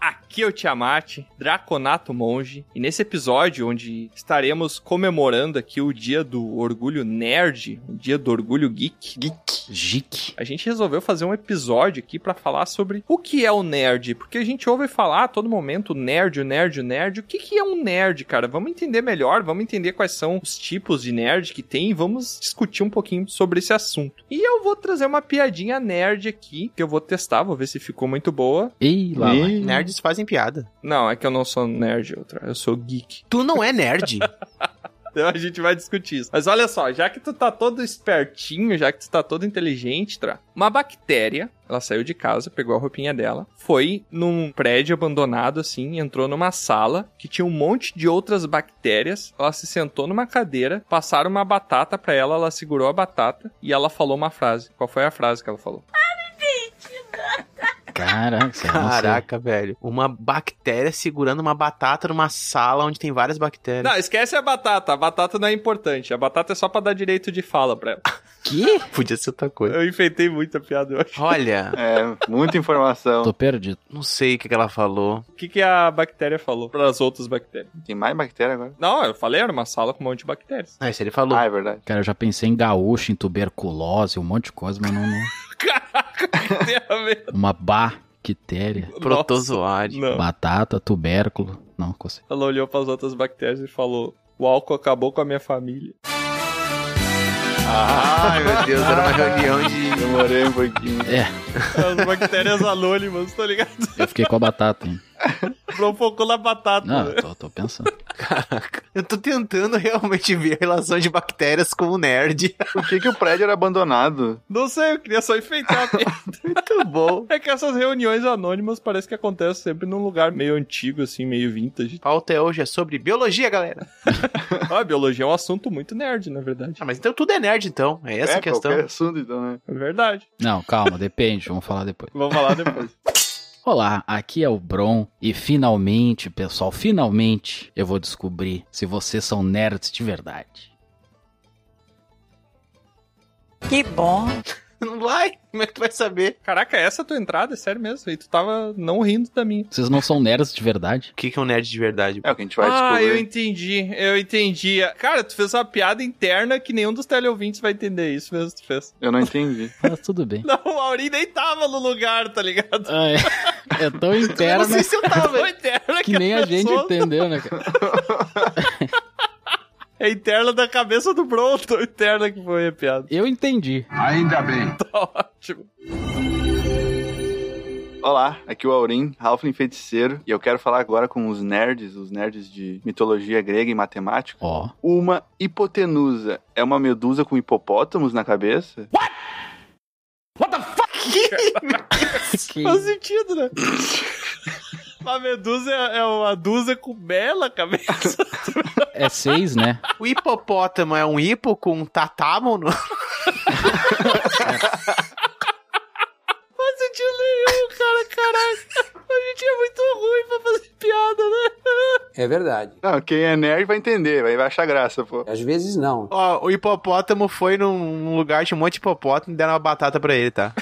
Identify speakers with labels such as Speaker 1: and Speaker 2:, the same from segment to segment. Speaker 1: Aqui é o Tiamat, Draconato Monge, e nesse episódio onde estaremos comemorando aqui o dia do orgulho nerd, o dia do orgulho geek,
Speaker 2: Geek.
Speaker 3: Jique.
Speaker 1: a gente resolveu fazer um episódio aqui pra falar sobre o que é o nerd, porque a gente ouve falar a todo momento nerd, o nerd, o nerd. O que, que é um nerd, cara? Vamos entender melhor, vamos entender quais são os tipos de nerd que tem e vamos discutir um pouquinho sobre esse assunto. E eu vou trazer uma piadinha nerd aqui, que eu vou testar, vou ver se ficou muito boa.
Speaker 3: Ei, lá, lá.
Speaker 2: Ih,
Speaker 3: Nerd.
Speaker 2: Nerds fazem piada.
Speaker 1: Não, é que eu não sou nerd, eu tra- eu sou geek.
Speaker 2: Tu não é nerd.
Speaker 1: Então a gente vai discutir isso. Mas olha só, já que tu tá todo espertinho, já que tu tá todo inteligente, Tra, uma bactéria, ela saiu de casa, pegou a roupinha dela, foi num prédio abandonado, assim, entrou numa sala que tinha um monte de outras bactérias. Ela se sentou numa cadeira, passaram uma batata pra ela, ela segurou a batata e ela falou uma frase. Qual foi a frase que ela falou?
Speaker 3: Caraca, eu não sei.
Speaker 2: Caraca, velho. Uma bactéria segurando uma batata numa sala onde tem várias bactérias.
Speaker 1: Não, esquece a batata. A batata não é importante. A batata é só pra dar direito de fala pra ela.
Speaker 3: Que?
Speaker 2: Podia ser outra coisa.
Speaker 1: Eu enfeitei muito a piada, eu acho.
Speaker 2: Olha,
Speaker 4: É, muita informação.
Speaker 3: Tô perdido.
Speaker 2: não sei o que, que ela falou.
Speaker 1: O que, que a bactéria falou pras outras bactérias?
Speaker 4: Tem mais bactéria agora?
Speaker 1: Não, eu falei, era uma sala com um monte de bactérias.
Speaker 2: Ah, isso ele falou.
Speaker 4: Ah, é verdade.
Speaker 3: Cara, eu já pensei em gaúcho, em tuberculose, um monte de coisa, mas não. não.
Speaker 1: Caraca, que tem a ver?
Speaker 3: Uma bactéria.
Speaker 2: Protozoário.
Speaker 1: Não.
Speaker 3: Batata, tubérculo. Não, consigo.
Speaker 1: Ela olhou pras outras bactérias e falou: O álcool acabou com a minha família.
Speaker 2: Ai, meu Deus, era uma reunião de.
Speaker 4: Demorei um pouquinho.
Speaker 1: As bactérias anônimas, tá ligado?
Speaker 3: Eu fiquei com a batata, hein?
Speaker 1: Não focou na batata.
Speaker 3: Não,
Speaker 1: né?
Speaker 3: eu tô, tô pensando.
Speaker 2: Eu tô tentando realmente ver a relação de bactérias com o nerd.
Speaker 4: Por que, que o prédio era abandonado?
Speaker 1: Não sei, eu queria só enfeitar. a piada.
Speaker 2: Muito bom.
Speaker 1: é que essas reuniões anônimas parece que acontecem sempre num lugar meio antigo, assim, meio vintage.
Speaker 2: Pauta é hoje é sobre biologia, galera.
Speaker 1: Ah, a biologia é um assunto muito nerd, na verdade.
Speaker 2: Ah, mas então tudo é nerd, então. É essa
Speaker 4: é,
Speaker 2: a questão.
Speaker 4: qualquer assunto, então, né?
Speaker 1: É verdade.
Speaker 3: Não, calma, depende, vamos falar depois.
Speaker 1: Vamos falar depois.
Speaker 3: Olá, aqui é o Bron e finalmente, pessoal, finalmente eu vou descobrir se vocês são nerds de verdade.
Speaker 5: Que bom.
Speaker 2: Não vai? Como é que tu vai saber?
Speaker 1: Caraca, essa é a tua entrada, é sério mesmo. E tu tava não rindo da minha.
Speaker 3: Vocês não são nerds de verdade?
Speaker 2: O que que é um nerd de verdade?
Speaker 4: É o que a gente vai
Speaker 1: ah, eu
Speaker 4: descobrir.
Speaker 1: entendi, eu entendi. Cara, tu fez uma piada interna que nenhum dos teleouvintes vai entender isso mesmo, tu fez.
Speaker 4: Eu... não entendi.
Speaker 3: Mas tudo bem.
Speaker 1: Não, o Aurim nem tava no lugar, tá ligado?
Speaker 3: Ah, é, é tão
Speaker 2: Eu não
Speaker 3: interno
Speaker 2: sei se eu tava.
Speaker 1: Foi interna
Speaker 3: que nem a gente
Speaker 1: pessoa-
Speaker 3: entendeu, né, cara?
Speaker 1: É interna da cabeça do Bronto, interna que foi a piada.
Speaker 3: Eu entendi.
Speaker 1: Tá ótimo.
Speaker 4: Olá, aqui é o Aurim, Halfling Feiticeiro, e eu quero falar agora com os nerds, os nerds de mitologia grega e matemática.
Speaker 3: Ó,
Speaker 4: Uma hipotenusa é uma medusa com hipopótamos na cabeça?
Speaker 3: que
Speaker 1: Faz sentido, né? Uma medusa é é uma dúzia com bela cabeça.
Speaker 3: é seis, né?
Speaker 2: O hipopótamo é um hipo com um tatamo no...
Speaker 1: Faz sentido nenhum, cara, caraca. A gente é muito ruim pra fazer piada, né?
Speaker 6: É verdade.
Speaker 4: Não, quem é nerd vai entender, vai vai achar graça, pô.
Speaker 6: Às vezes não.
Speaker 2: Ó, o hipopótamo foi num lugar, tinha um monte de hipopótamo e deram uma batata pra ele, tá?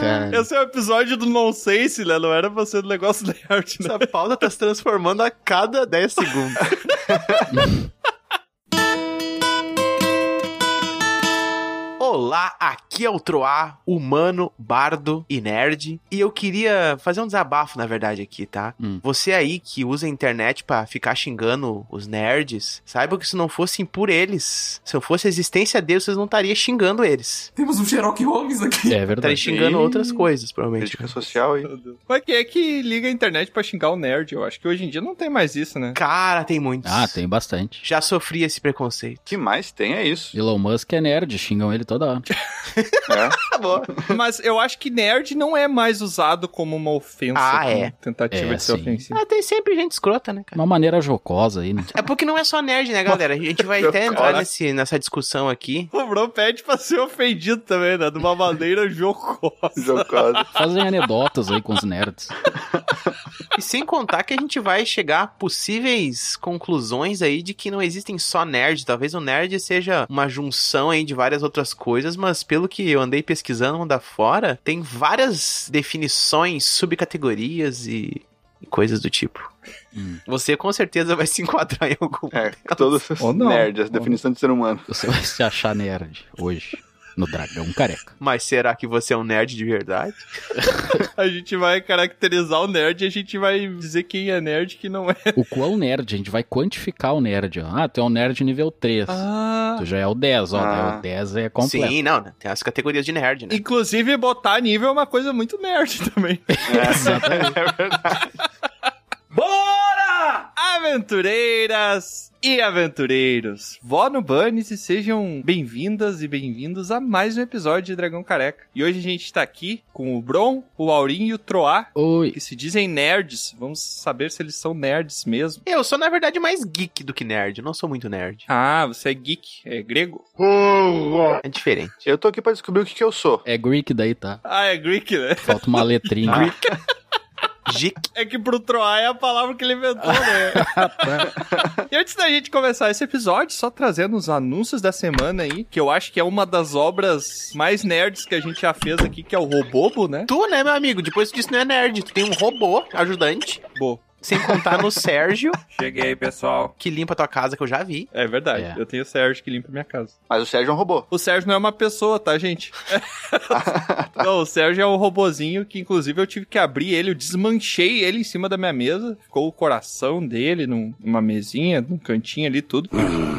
Speaker 3: Cara,
Speaker 1: Esse é o episódio do Nonsense, né? Não era pra ser do negócio nerd, né?
Speaker 2: Essa pauta tá se transformando a cada 10 segundos. Olá, aqui é o Troá, humano, bardo e nerd. E eu queria fazer um desabafo, na verdade, aqui, tá?
Speaker 3: Hum.
Speaker 2: Você aí que usa a internet pra ficar xingando os nerds, saiba que se não fossem por eles, se não fosse a existência deles, vocês não estariam xingando eles.
Speaker 6: Temos um Sherlock Holmes aqui.
Speaker 3: é
Speaker 2: Estariam
Speaker 3: verdade.
Speaker 2: Tá xingando
Speaker 4: Ih.
Speaker 2: outras coisas, provavelmente.
Speaker 4: Crítica social aí.
Speaker 1: Mas quem é que liga a internet pra xingar o nerd? Eu acho que hoje em dia não tem mais isso, né?
Speaker 2: Cara, tem muitos.
Speaker 3: Ah, tem bastante.
Speaker 2: Já sofri esse preconceito.
Speaker 4: O que mais tem é isso.
Speaker 3: Elon Musk é nerd, xingam ele toda hora.
Speaker 4: É.
Speaker 1: Mas eu acho que nerd não é mais usado como uma ofensa.
Speaker 2: Ah,
Speaker 1: como
Speaker 2: é.
Speaker 1: Tentativa
Speaker 3: É,
Speaker 1: de ser
Speaker 3: sim.
Speaker 1: ofensivo.
Speaker 2: Ah, tem sempre gente escrota, né, cara?
Speaker 3: Uma maneira jocosa aí, né?
Speaker 2: É porque não é só nerd, né, galera? A gente vai até entrar
Speaker 4: Caraca.
Speaker 2: nesse, nessa discussão aqui.
Speaker 1: O Bro pede pra ser ofendido também, né? De uma maneira jocosa.
Speaker 4: Jocosa.
Speaker 3: Fazem anedotas aí com os nerds.
Speaker 2: E sem contar que a gente vai chegar a possíveis conclusões aí de que não existem só nerd. Talvez o nerd seja uma junção aí de várias outras coisas, mas pelo que eu andei pesquisando mundo afora, tem várias definições, subcategorias e e coisas do tipo.
Speaker 3: Hum.
Speaker 2: Você com certeza vai se enquadrar em algum.
Speaker 4: É, todos os
Speaker 1: Ou não.
Speaker 4: nerds, a
Speaker 1: Ou-
Speaker 4: definição de ser humano.
Speaker 3: Você vai se achar nerd hoje no Dragão Careca.
Speaker 2: Mas será que você é um nerd de verdade?
Speaker 1: A gente vai caracterizar o nerd e a gente vai dizer quem é nerd e quem não é.
Speaker 3: O quão nerd? A gente vai quantificar o nerd. Ah, tu é um nerd nível 3.
Speaker 1: Ah.
Speaker 3: Tu já é o 10, ó.
Speaker 4: Ah.
Speaker 3: daí O 10 é completo.
Speaker 2: Sim, não, né? Tem as categorias de nerd, né?
Speaker 1: Inclusive, botar nível é uma coisa muito nerd também.
Speaker 4: É, é verdade.
Speaker 1: Bora! Aventureiras e aventureiros, vó no Bunnies e sejam bem-vindas e bem-vindos a mais um episódio de Dragão Careca. E hoje a gente tá aqui com o Bron, o Aurim e o Troá,
Speaker 3: Oi.
Speaker 1: que se dizem nerds. Vamos saber se eles são nerds mesmo.
Speaker 2: Eu sou, na verdade, mais geek do que nerd. Eu não sou muito nerd.
Speaker 1: Ah, você é geek, é grego?
Speaker 2: É diferente.
Speaker 4: Eu tô aqui pra descobrir o que, que eu sou.
Speaker 3: É Greek daí, tá?
Speaker 1: Ah, é Greek, né?
Speaker 3: Falta uma letrinha.
Speaker 2: Geek.
Speaker 1: É que pro Troá é a palavra que ele inventou, né? e antes da gente começar esse episódio, só trazendo os anúncios da semana aí, que eu acho que é uma das obras mais nerds que a gente já fez aqui, que é o Robobo, né?
Speaker 2: Tu, né, meu amigo? Depois disso não é nerd. Tu tem um robô ajudante.
Speaker 1: Bo.
Speaker 2: Sem contar no Sérgio,
Speaker 1: Cheguei, pessoal.
Speaker 2: que limpa tua casa, que eu já vi.
Speaker 1: É verdade.
Speaker 3: É.
Speaker 1: Eu tenho o Sérgio que limpa minha casa.
Speaker 4: Mas o Sérgio é um robô.
Speaker 1: O Sérgio não é uma pessoa, tá, gente? Não, o Sérgio é um robozinho que, inclusive, eu tive que abrir ele, eu desmanchei ele em cima da minha mesa. Ficou o coração dele num- numa mesinha, num cantinho ali, tudo.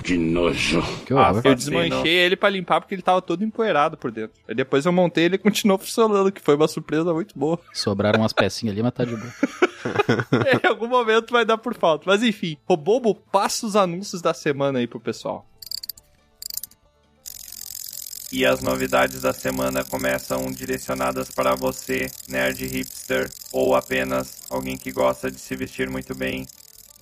Speaker 3: que horror.
Speaker 1: Eu desmanchei ele pra limpar porque ele tava todo empoeirado por dentro. Aí depois eu montei ele e continuou funcionando, que foi uma surpresa muito boa.
Speaker 3: Sobraram umas pecinhas ali, mas tá de boa.
Speaker 1: em algum momento vai dar por falta. Mas enfim, o Bobo passa os anúncios da semana aí pro pessoal. E as novidades da semana começam direcionadas para você, nerd hipster, ou apenas alguém que gosta de se vestir muito bem,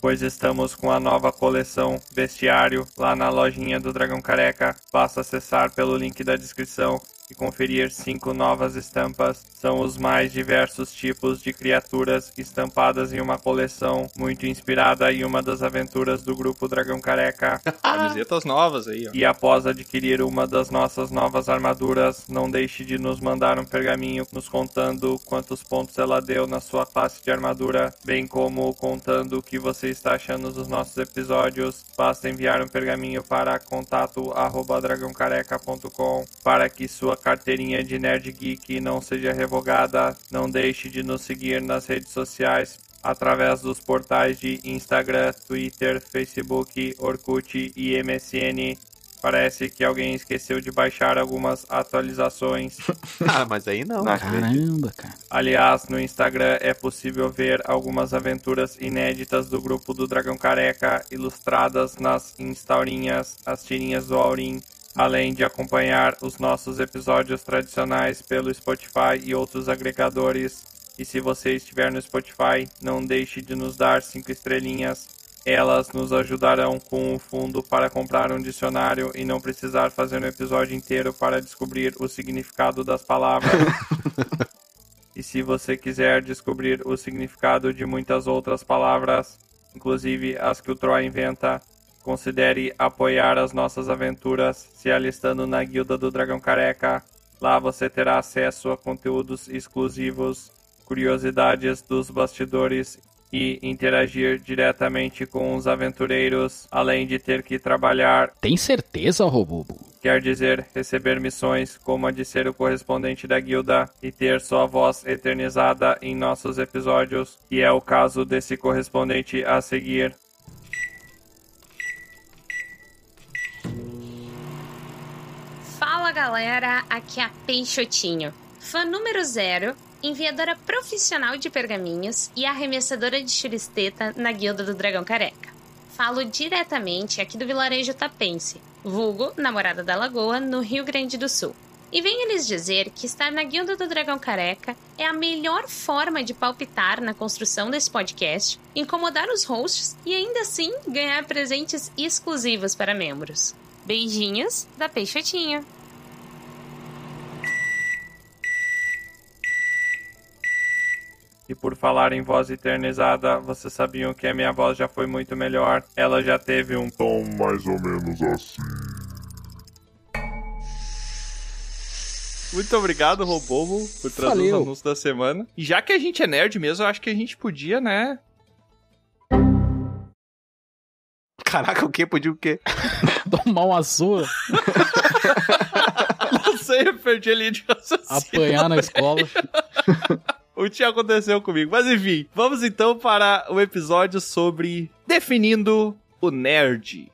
Speaker 1: pois estamos com a nova coleção Bestiário lá na lojinha do Dragão Careca. Basta acessar pelo link da descrição e conferir cinco novas estampas. São os mais diversos tipos de criaturas estampadas em uma coleção muito inspirada em uma das aventuras do grupo Dragão Careca. Camisetas novas aí, ó. Ah. E após adquirir uma das nossas novas armaduras, não deixe de nos mandar um pergaminho nos contando quantos pontos ela deu na sua classe de armadura, bem como contando o que você está achando dos nossos episódios. Basta enviar um pergaminho para contato@dragãocareca.com para que sua carteirinha de nerd geek não seja revogada. Não deixe de nos seguir nas redes sociais através dos portais de Instagram, Twitter, Facebook, Orkut e MSN. Parece que alguém esqueceu de baixar algumas atualizações.
Speaker 2: Ah, mas aí não.
Speaker 4: Não é? acredito.
Speaker 3: Caramba, cara.
Speaker 1: Aliás, no Instagram é possível ver algumas aventuras inéditas do grupo do Dragão Careca, ilustradas nas instaurinhas, as tirinhas do Aurim, além de acompanhar os nossos episódios tradicionais pelo Spotify e outros agregadores. E se você estiver no Spotify, não deixe de nos dar cinco estrelinhas. Elas nos ajudarão com o fundo para comprar um dicionário e não precisar fazer um episódio inteiro para descobrir o significado das palavras. E se você quiser descobrir o significado de muitas outras palavras, inclusive as que o Troy inventa, considere apoiar as nossas aventuras se alistando na Guilda do Dragão Careca. Lá você terá acesso a conteúdos exclusivos, curiosidades dos bastidores e interagir diretamente com os aventureiros, além de ter que trabalhar
Speaker 3: Tem certeza, Robobo?
Speaker 1: quer dizer receber missões como a de ser o correspondente da guilda e ter sua voz eternizada em nossos episódios, que é o caso desse correspondente a seguir.
Speaker 7: Fala galera, aqui é a Peixotinho, fã número zero, enviadora profissional de pergaminhos e arremessadora de churisteta na Guilda do Dragão Careca. Falo diretamente aqui do vilarejo Tapense, vulgo Namorada da Lagoa, no Rio Grande do Sul. E venho lhes dizer que estar na Guilda do Dragão Careca é a melhor forma de palpitar na construção desse podcast, incomodar os hosts e ainda assim ganhar presentes exclusivos para membros. Beijinhos da Peixotinha.
Speaker 1: E
Speaker 8: E por falar em voz eternizada, vocês sabiam que a minha voz já foi muito melhor. Ela já teve um tom mais ou menos assim.
Speaker 1: Muito obrigado, Robobo, por trazer
Speaker 6: Valeu.
Speaker 1: os anúncios da semana. E já que a gente é nerd mesmo, eu acho que a gente podia, né?
Speaker 2: Caraca, o que? Podia o quê?
Speaker 3: Tomar uma sua,
Speaker 1: Não sei, eu perdi a linha de raciocínio.
Speaker 3: apanhar na escola.
Speaker 1: O que aconteceu comigo. Mas enfim, vamos então para o episódio sobre definindo o nerd.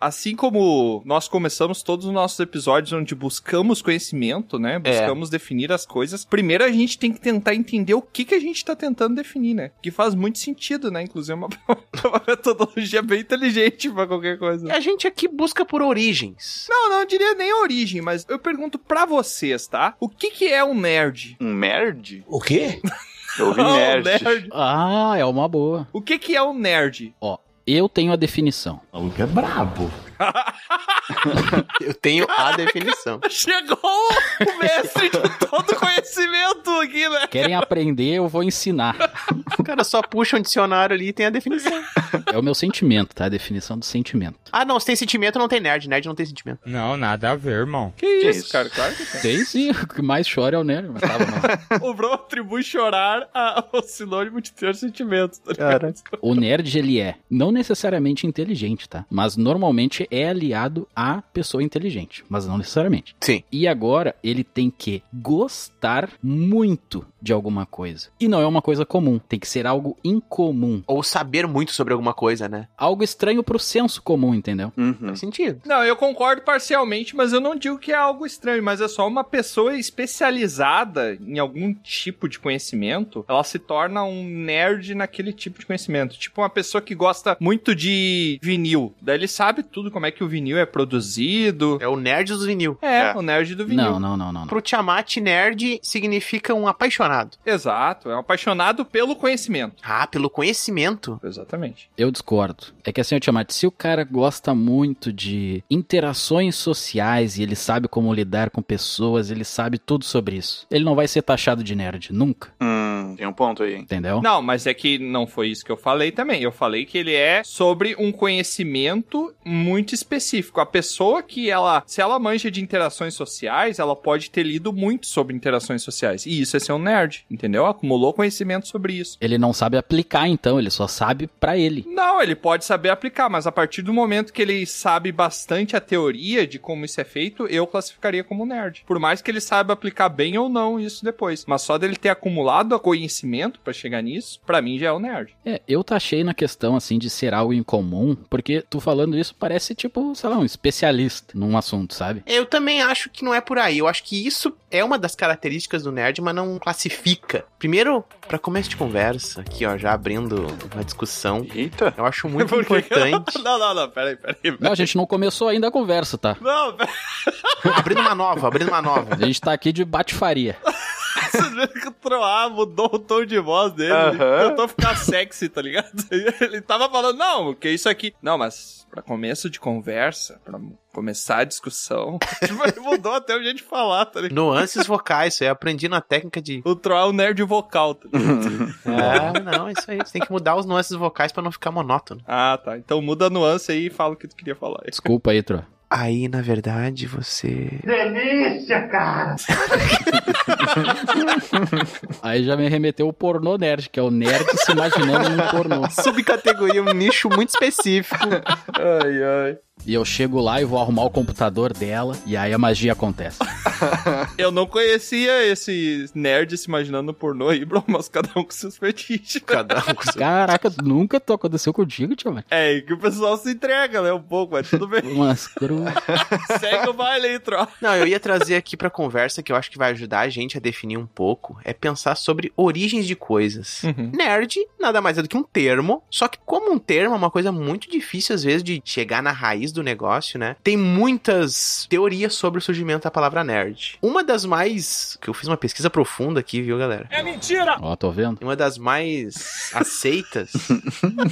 Speaker 1: Assim como nós começamos todos os nossos episódios onde buscamos conhecimento, né? Buscamos definir as coisas. Primeiro a gente tem que tentar entender o que, que a gente tá tentando definir, né? Que faz muito sentido, né? Inclusive é uma, uma metodologia bem inteligente pra qualquer coisa.
Speaker 2: A gente aqui busca por origens.
Speaker 1: Não, não diria nem a origem, mas eu pergunto pra vocês, tá? O que que é um nerd?
Speaker 4: Um nerd?
Speaker 6: O quê?
Speaker 4: Eu ouvi
Speaker 1: Ah, um
Speaker 4: nerd.
Speaker 1: nerd.
Speaker 3: Ah, é uma boa.
Speaker 1: O que que é um nerd?
Speaker 3: Eu tenho a definição.
Speaker 2: Eu tenho a definição.
Speaker 1: Chegou o mestre de todo conhecimento aqui, né?
Speaker 3: Querem aprender, eu vou ensinar.
Speaker 2: O cara só puxa um dicionário ali e tem a definição.
Speaker 3: É o meu sentimento, tá? A definição do sentimento.
Speaker 2: Ah, não, se tem sentimento, não tem nerd. Nerd não tem sentimento.
Speaker 9: Não, nada a ver, irmão.
Speaker 1: Que isso,
Speaker 4: isso?
Speaker 1: cara, claro que tem.
Speaker 3: Tem sim, o que mais chora é o nerd. Mas tava, não.
Speaker 1: O Bro atribui chorar a- ao sinônimo de ter sentimento, tá ligado?
Speaker 2: Cara.
Speaker 3: O nerd, ele é não necessariamente inteligente, tá? Mas normalmente é aliado à pessoa inteligente, mas não necessariamente.
Speaker 2: Sim.
Speaker 3: E agora, ele tem que gostar muito de alguma coisa. E não é uma coisa comum, tem que ser algo incomum.
Speaker 2: Ou saber muito sobre alguma coisa, né?
Speaker 3: Algo estranho pro senso comum, entendeu?
Speaker 4: Uhum.
Speaker 2: Faz sentido.
Speaker 1: Não, eu concordo parcialmente, mas eu não digo que é algo estranho, mas é só uma pessoa especializada em algum tipo de conhecimento, ela se torna um nerd naquele tipo de conhecimento. Tipo uma pessoa que gosta muito de vinil, daí ele sabe tudo como é que o vinil é produzido.
Speaker 2: É o nerd dos vinil.
Speaker 1: É,
Speaker 4: É.
Speaker 1: o nerd do vinil.
Speaker 3: Não, não, não, não. não.
Speaker 2: Pro Tiamat, nerd significa um apaixonado.
Speaker 1: Exato, é um apaixonado pelo conhecimento.
Speaker 2: Ah, pelo conhecimento.
Speaker 1: Exatamente.
Speaker 3: Eu discordo. É que assim, eu te amate, se o cara gosta muito de interações sociais e ele sabe como lidar com pessoas, ele sabe tudo sobre isso. Ele não vai ser taxado de nerd, nunca,
Speaker 4: Hum, tem um ponto aí, hein?
Speaker 3: entendeu?
Speaker 1: Não, mas é que não foi isso que eu falei também. Eu falei que ele é sobre um conhecimento muito específico. A pessoa que ela, se ela manja de interações sociais, ela pode ter lido muito sobre interações sociais. E isso é ser um nerd, entendeu? Acumulou conhecimento sobre isso.
Speaker 3: Ele não sabe aplicar, então, ele só sabe pra ele.
Speaker 1: Não, ele pode saber aplicar, mas a partir do momento que ele sabe bastante a teoria de como isso é feito, eu classificaria como nerd. Por mais que ele saiba aplicar bem ou não isso depois. Mas só dele ter acumulado conhecimento pra chegar nisso, pra mim já é um nerd.
Speaker 3: É, eu taxei na questão, assim, de ser algo incomum, porque tu falando isso parece, tipo, sei lá, um especialista num assunto, sabe?
Speaker 2: Eu também acho que não é por aí. Eu acho que isso é uma das características do nerd, mas não classifica. Primeiro, pra começo de conversa, aqui ó, já abrindo uma discussão,
Speaker 4: Eita.
Speaker 2: eu acho muito
Speaker 1: Por quê?
Speaker 2: importante.
Speaker 1: Não, não, não, peraí, peraí.
Speaker 3: Não, a gente não começou ainda a conversa, tá?
Speaker 1: Não, peraí,
Speaker 2: abrindo uma nova, abrindo uma nova.
Speaker 3: A gente tá aqui de batifaria.
Speaker 1: vocês viram que o Troá mudou o tom de voz dele.
Speaker 4: Aham.
Speaker 1: Ele tentou ficar sexy, tá ligado? Ele tava falando, não, que é isso aqui. Não, mas pra começo de conversa, pra começar a discussão, tipo, ele mudou até o jeito de falar, tá ligado?
Speaker 2: Nuances vocais, isso aí, aprendi na técnica de.
Speaker 1: O Troá é o nerd vocal, tá ligado?
Speaker 2: Ah, não, é isso aí. Você tem que mudar os nuances vocais pra não ficar monótono.
Speaker 1: Ah, tá. Então muda a nuance aí e fala o que tu queria falar.
Speaker 3: Desculpa aí, Tro.
Speaker 2: Aí, na verdade, você.
Speaker 3: Aí já me remeteu o pornô nerd, que é o nerd se imaginando num pornô.
Speaker 2: Subcategoria, um nicho muito específico.
Speaker 1: Ai, ai.
Speaker 3: E eu chego lá e vou arrumar o computador dela, e aí a magia acontece.
Speaker 1: Eu não conhecia esse nerd se imaginando pornô aí, bro, mas cada um com seus fetiches.
Speaker 2: Cada um com seu.
Speaker 3: Caraca, nunca tu aconteceu contigo, Tiamat?
Speaker 1: É, aí que o pessoal se entrega, né? Um pouco, mas tudo bem.
Speaker 3: Umas cru...
Speaker 1: Segue o baile aí, Troá.
Speaker 2: Não, eu ia trazer aqui pra conversa que eu acho que vai ajudar a gente a definir um pouco, é pensar sobre origens de coisas.
Speaker 1: Uhum.
Speaker 2: Nerd nada mais é do que um termo, só que como um termo é uma coisa muito difícil às vezes de chegar na raiz origens do negócio, né? Tem muitas teorias sobre o surgimento da palavra nerd. Uma das mais. que eu fiz uma pesquisa profunda aqui, viu, galera?
Speaker 3: Ó, tô vendo.
Speaker 2: Uma das mais aceitas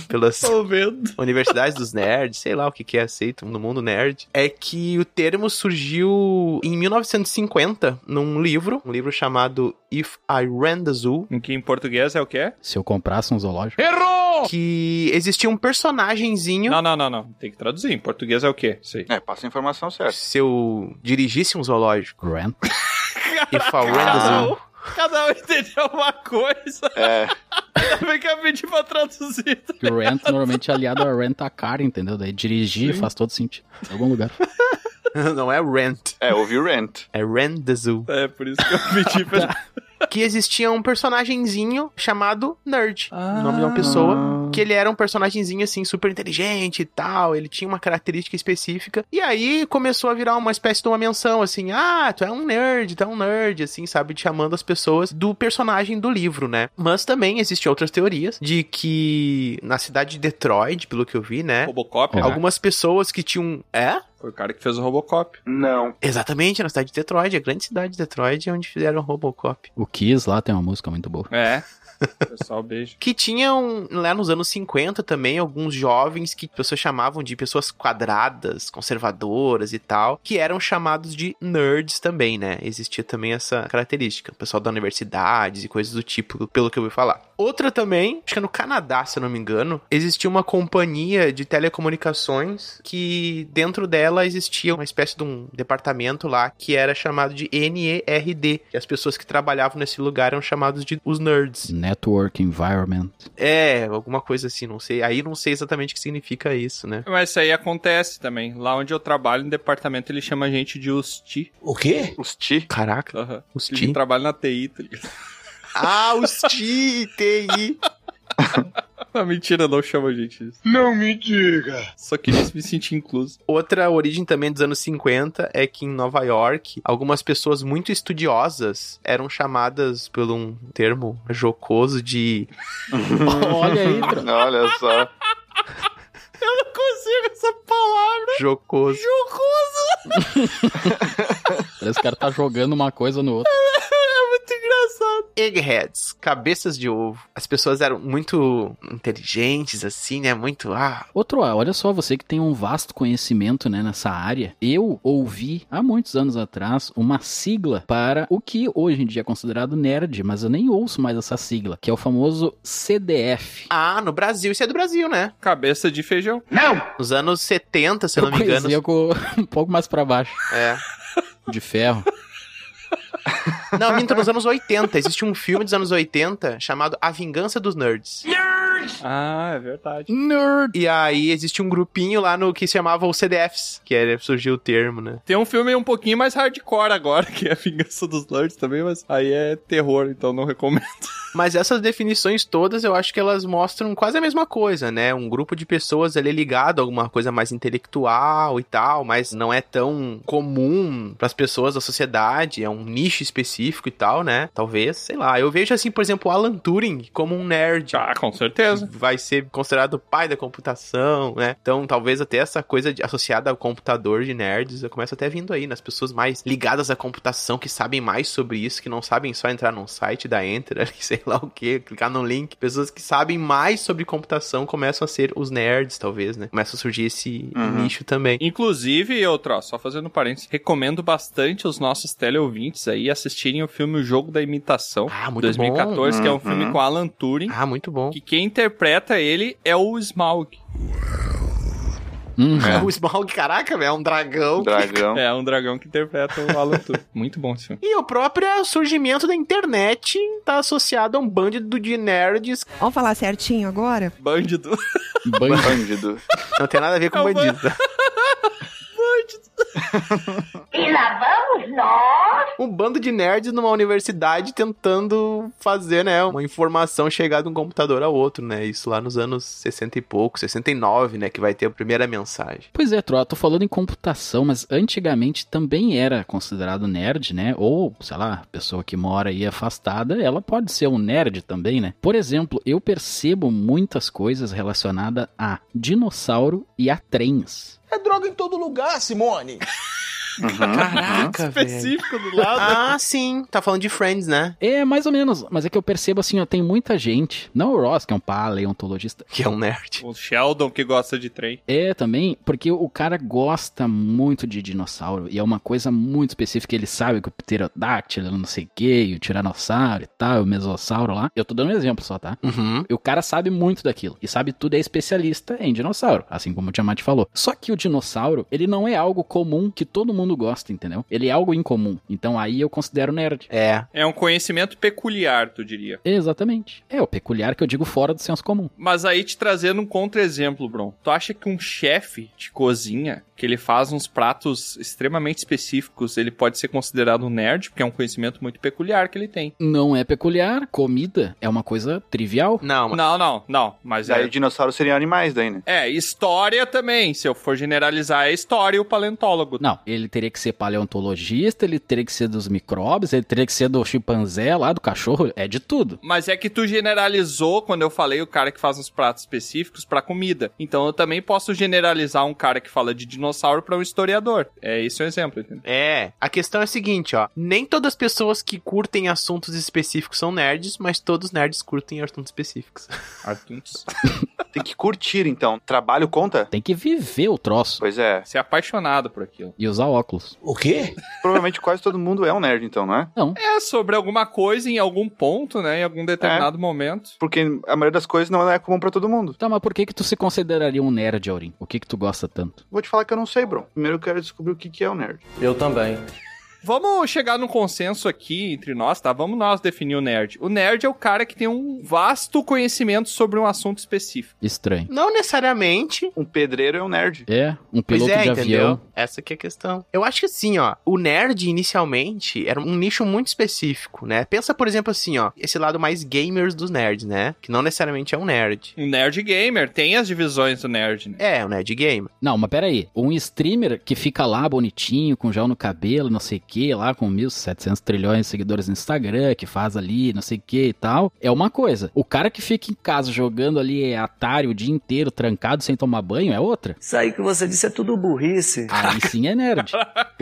Speaker 2: pelas
Speaker 1: Tô vendo.
Speaker 2: universidades dos nerds, sei lá o que que é aceito no mundo nerd, é que o termo surgiu em 1950 num livro, um livro chamado If I Ran the Zoo,
Speaker 1: O que em português é o quê?
Speaker 3: Se eu comprasse um zoológico.
Speaker 2: que existia um personagemzinho.
Speaker 1: Não, não, não, não. Tem que traduzir. Em português é o quê? Sei.
Speaker 4: É, passa a informação certa.
Speaker 2: Se eu dirigisse um zoológico,
Speaker 3: Grant.
Speaker 2: If I Ran the Zoo.
Speaker 1: Cada um entendeu uma coisa.
Speaker 4: É,
Speaker 1: Vem cá pedir pra traduzir.
Speaker 3: Grant normalmente é aliado a rent a car, entendeu? Daí dirigir faz todo sentido. Em algum lugar.
Speaker 2: Não é rent,
Speaker 4: é, ouvi o rent.
Speaker 2: é Ran the Zoo.
Speaker 1: É, por isso que eu pedi pra.
Speaker 2: que existia um personagemzinho chamado Nerd. o nome de uma pessoa. Que ele era um personagemzinho, assim, super inteligente e tal. Ele tinha uma característica específica. E aí começou a virar uma espécie de uma menção, assim: ah, tu é um nerd, tu é um nerd, assim, sabe? Chamando as pessoas do personagem do livro, né? Mas também existem outras teorias de que na cidade de Detroit, pelo que eu vi, né?
Speaker 1: Robocop, né?
Speaker 2: Algumas pessoas que tinham. É?
Speaker 1: Foi o cara que fez o Robocop.
Speaker 4: Não.
Speaker 2: Exatamente, na cidade de Detroit, a grande cidade de Detroit, é onde fizeram Robocop.
Speaker 3: O Kiss lá tem uma música muito boa.
Speaker 1: É. Pessoal, beijo.
Speaker 2: Que tinham, lá nos anos 50 também, alguns jovens que pessoas chamavam de pessoas quadradas, conservadoras e tal, que eram chamados de nerds também, né? Existia também essa característica. O pessoal da universidade e coisas do tipo, pelo que eu ouvi falar. Outra também, acho que é no Canadá, se eu não me engano, existia uma companhia de telecomunicações que dentro dela existia uma espécie de um departamento lá que era chamado de NERD. E as pessoas que trabalhavam nesse lugar eram chamados de os nerds.
Speaker 3: Network Environment.
Speaker 2: É, alguma coisa assim, não sei. Aí não sei exatamente o que significa isso, né?
Speaker 1: Mas isso aí acontece também. Lá onde eu trabalho, no departamento, ele chama a gente de Usti.
Speaker 6: O quê?
Speaker 4: Os ti.
Speaker 2: Caraca,
Speaker 1: Aham.
Speaker 2: os
Speaker 1: Ele
Speaker 2: ti.
Speaker 1: trabalha na TI, tá ligado?
Speaker 2: Ah, os ti, TI.
Speaker 1: Não, mentira, não chama a gente disso.
Speaker 9: Não me diga.
Speaker 1: Só queria me sentir incluso.
Speaker 2: Outra origem também dos anos 50 é que em Nova York, algumas pessoas muito estudiosas eram chamadas por um termo jocoso de
Speaker 3: Olha aí, bro.
Speaker 4: Olha só.
Speaker 1: Eu não consigo essa palavra,
Speaker 2: jocoso.
Speaker 1: jocoso.
Speaker 3: Parece que o cara tá jogando uma coisa no outro.
Speaker 1: É muito engraçado.
Speaker 2: Eggheads, cabeças de ovo. As pessoas eram muito inteligentes, assim, né? Muito, ah,
Speaker 3: Outro, ah, olha só, você que tem um vasto conhecimento né, nessa área. Eu ouvi há muitos anos atrás uma sigla para o que hoje em dia é considerado nerd, mas eu nem ouço mais essa sigla, que é o famoso CDF.
Speaker 2: ah, no Brasil, isso é do Brasil, né?
Speaker 1: Cabeça de feijão.
Speaker 2: Nos anos 70, se eu não me engano.
Speaker 3: conhecia com- um pouco mais pra baixo,
Speaker 2: É.
Speaker 3: de ferro.
Speaker 2: Não, minto, nos anos 80. Existe um filme dos anos 80 chamado A Vingança dos Nerds.
Speaker 1: Ah, é verdade.
Speaker 3: Nerd!
Speaker 2: E aí existe um grupinho lá no que se chamava os CDFs, que era, surgiu o termo, né?
Speaker 1: Tem um filme um pouquinho mais hardcore agora, que é a Vingança dos Nerds também, mas aí é terror, então não recomendo.
Speaker 2: Mas essas definições todas, eu acho que elas mostram quase a mesma coisa, né? Um grupo de pessoas ali ligado a alguma coisa mais intelectual e tal, mas não é tão comum pras pessoas da sociedade, é um nicho específico e tal, né? Talvez, sei lá. Eu vejo assim, por exemplo, o Alan Turing como um nerd.
Speaker 1: Ah, com certeza.
Speaker 2: vai ser considerado o pai da computação, né? Então, talvez até essa coisa de- associada ao computador de nerds começa até vindo aí nas pessoas mais ligadas à computação, que sabem mais sobre isso, que não sabem só entrar num site da Enter, ali, sei lá o que, clicar no link. Pessoas que sabem mais sobre computação começam a ser os nerds, talvez, né? Começa a surgir esse
Speaker 4: Uhum.
Speaker 2: nicho também.
Speaker 1: Inclusive, eu, Tro, só fazendo um parênteses, recomendo bastante os nossos teleouvintes aí assistirem o filme O Jogo da Imitação,
Speaker 2: Ah, muito
Speaker 1: 2014, que é um
Speaker 4: Uhum.
Speaker 1: filme com Alan Turing,
Speaker 2: bom. Ah, muito bom.
Speaker 1: que quem interpreta ele é o Smaug.
Speaker 3: Hum,
Speaker 4: É.
Speaker 2: O Smaug, caraca, velho, é um dragão.
Speaker 4: Dragão.
Speaker 1: É, um dragão que interpreta o Alan Turing. Muito bom esse filme.
Speaker 2: E o próprio surgimento da internet tá associado a um bando de nerds.
Speaker 10: Vamos falar certinho agora?
Speaker 1: Bandido. é?
Speaker 3: banho.
Speaker 4: Bandido.
Speaker 2: Não tem nada a ver com
Speaker 1: É um
Speaker 2: bandido.
Speaker 7: E lá vamos
Speaker 2: Um bando de nerds numa universidade tentando fazer, né, uma informação chegar de um computador ao outro, né? Isso lá nos anos 60 e pouco, 69, né, que vai ter a primeira mensagem.
Speaker 3: Pois é, Troa, tô falando em computação, mas antigamente também era considerado nerd, né? Ou, sei lá, pessoa que mora aí afastada, ela pode ser um nerd também, né? Por exemplo, eu percebo muitas coisas relacionadas a dinossauro e a trens.
Speaker 9: É droga em todo lugar, Simone.
Speaker 4: Uhum.
Speaker 2: Caraca,
Speaker 1: Específico do lado.
Speaker 2: Ah, sim. Tá falando de Friends, né?
Speaker 3: É, mais ou menos, mas é que eu percebo assim, ó, tem muita gente, não o Ross, que é um paleontologista,
Speaker 2: Que é um nerd.
Speaker 1: O Sheldon que gosta de trem.
Speaker 3: É, também, porque o cara gosta muito de dinossauro e é uma coisa muito específica. Ele sabe que o pterodáctilo, não sei o quê, e o tiranossauro e tal, o mesossauro lá. Eu tô dando um exemplo só, tá?
Speaker 2: Uhum.
Speaker 3: E o cara sabe muito daquilo e sabe tudo, é especialista em dinossauro, assim como o Tiamat falou. Só que o dinossauro, ele não é algo comum que todo mundo gosta, entendeu? Ele é algo incomum. Então aí eu considero nerd.
Speaker 2: É.
Speaker 1: É um conhecimento peculiar, tu diria.
Speaker 3: Exatamente. É o peculiar que eu digo fora do senso comum.
Speaker 1: Mas aí te trazendo um contra-exemplo, Bron. Tu acha que um chefe de cozinha, que ele faz uns pratos extremamente específicos, ele pode ser considerado um nerd, porque é um conhecimento muito peculiar que ele tem.
Speaker 3: Não é peculiar, comida é uma coisa trivial.
Speaker 2: Não, mas...
Speaker 1: Não, não, não. Mas
Speaker 4: Daí
Speaker 1: é.
Speaker 4: o dinossauro seriam animais daí, né?
Speaker 1: É, história também. Se eu for generalizar, é história e o paleontólogo.
Speaker 3: Não, ele teria que ser paleontologista, ele teria que ser dos micróbios, ele teria que ser do chimpanzé lá, do cachorro, é de tudo.
Speaker 1: Mas é que tu generalizou quando eu falei o cara que faz uns pratos específicos pra comida. Então eu também posso generalizar um cara que fala de dinossauro pra um historiador. É esse o exemplo, entendeu?
Speaker 2: É, a questão é a seguinte, ó. Nem todas as pessoas que curtem assuntos específicos são nerds, mas todos os nerds curtem assuntos específicos.
Speaker 1: Artuntos.
Speaker 4: Tem que curtir, então. Trabalho conta?
Speaker 3: Tem que viver o troço
Speaker 4: Pois é.
Speaker 1: Ser apaixonado por aquilo.
Speaker 3: e usar óculos.
Speaker 9: O quê?
Speaker 4: Provavelmente quase todo mundo é um nerd, então, não é?
Speaker 1: É sobre alguma coisa em algum ponto, né? Em algum determinado
Speaker 3: É.
Speaker 1: momento.
Speaker 4: Porque a maioria das coisas não é comum pra todo mundo.
Speaker 3: Tá, mas por que que tu se consideraria um nerd, Aurim? O que que tu gosta tanto?
Speaker 4: Vou te falar que eu não sei, bro. Primeiro eu quero descobrir o que que é um nerd.
Speaker 9: Eu também.
Speaker 1: Vamos chegar num consenso aqui entre nós, tá? Vamos nós definir o nerd. O nerd é o cara que tem um vasto conhecimento sobre um assunto específico.
Speaker 3: Estranho.
Speaker 2: Não necessariamente.
Speaker 4: Um pedreiro é um nerd.
Speaker 3: É, um
Speaker 2: Pois
Speaker 3: piloto
Speaker 2: é,
Speaker 3: de
Speaker 2: entendeu?
Speaker 3: avião.
Speaker 2: Essa que é a questão. Eu acho que assim, ó, o nerd inicialmente era um nicho muito específico, né? Pensa, por exemplo, assim, ó, esse lado mais gamers dos nerds, né? Que não necessariamente é um nerd.
Speaker 1: Um nerd gamer tem as divisões do nerd, né?
Speaker 2: É, um nerd gamer.
Speaker 3: Não, mas peraí. Um streamer que fica lá bonitinho, com gel no cabelo, não sei o que, lá com 1.700 trilhões de seguidores no Instagram, que faz ali, não sei o que e tal, é uma coisa. O cara que fica em casa jogando ali Atari o dia inteiro, trancado, sem tomar banho, é outra.
Speaker 9: Isso aí que você disse é tudo burrice.
Speaker 3: Aí sim é nerd.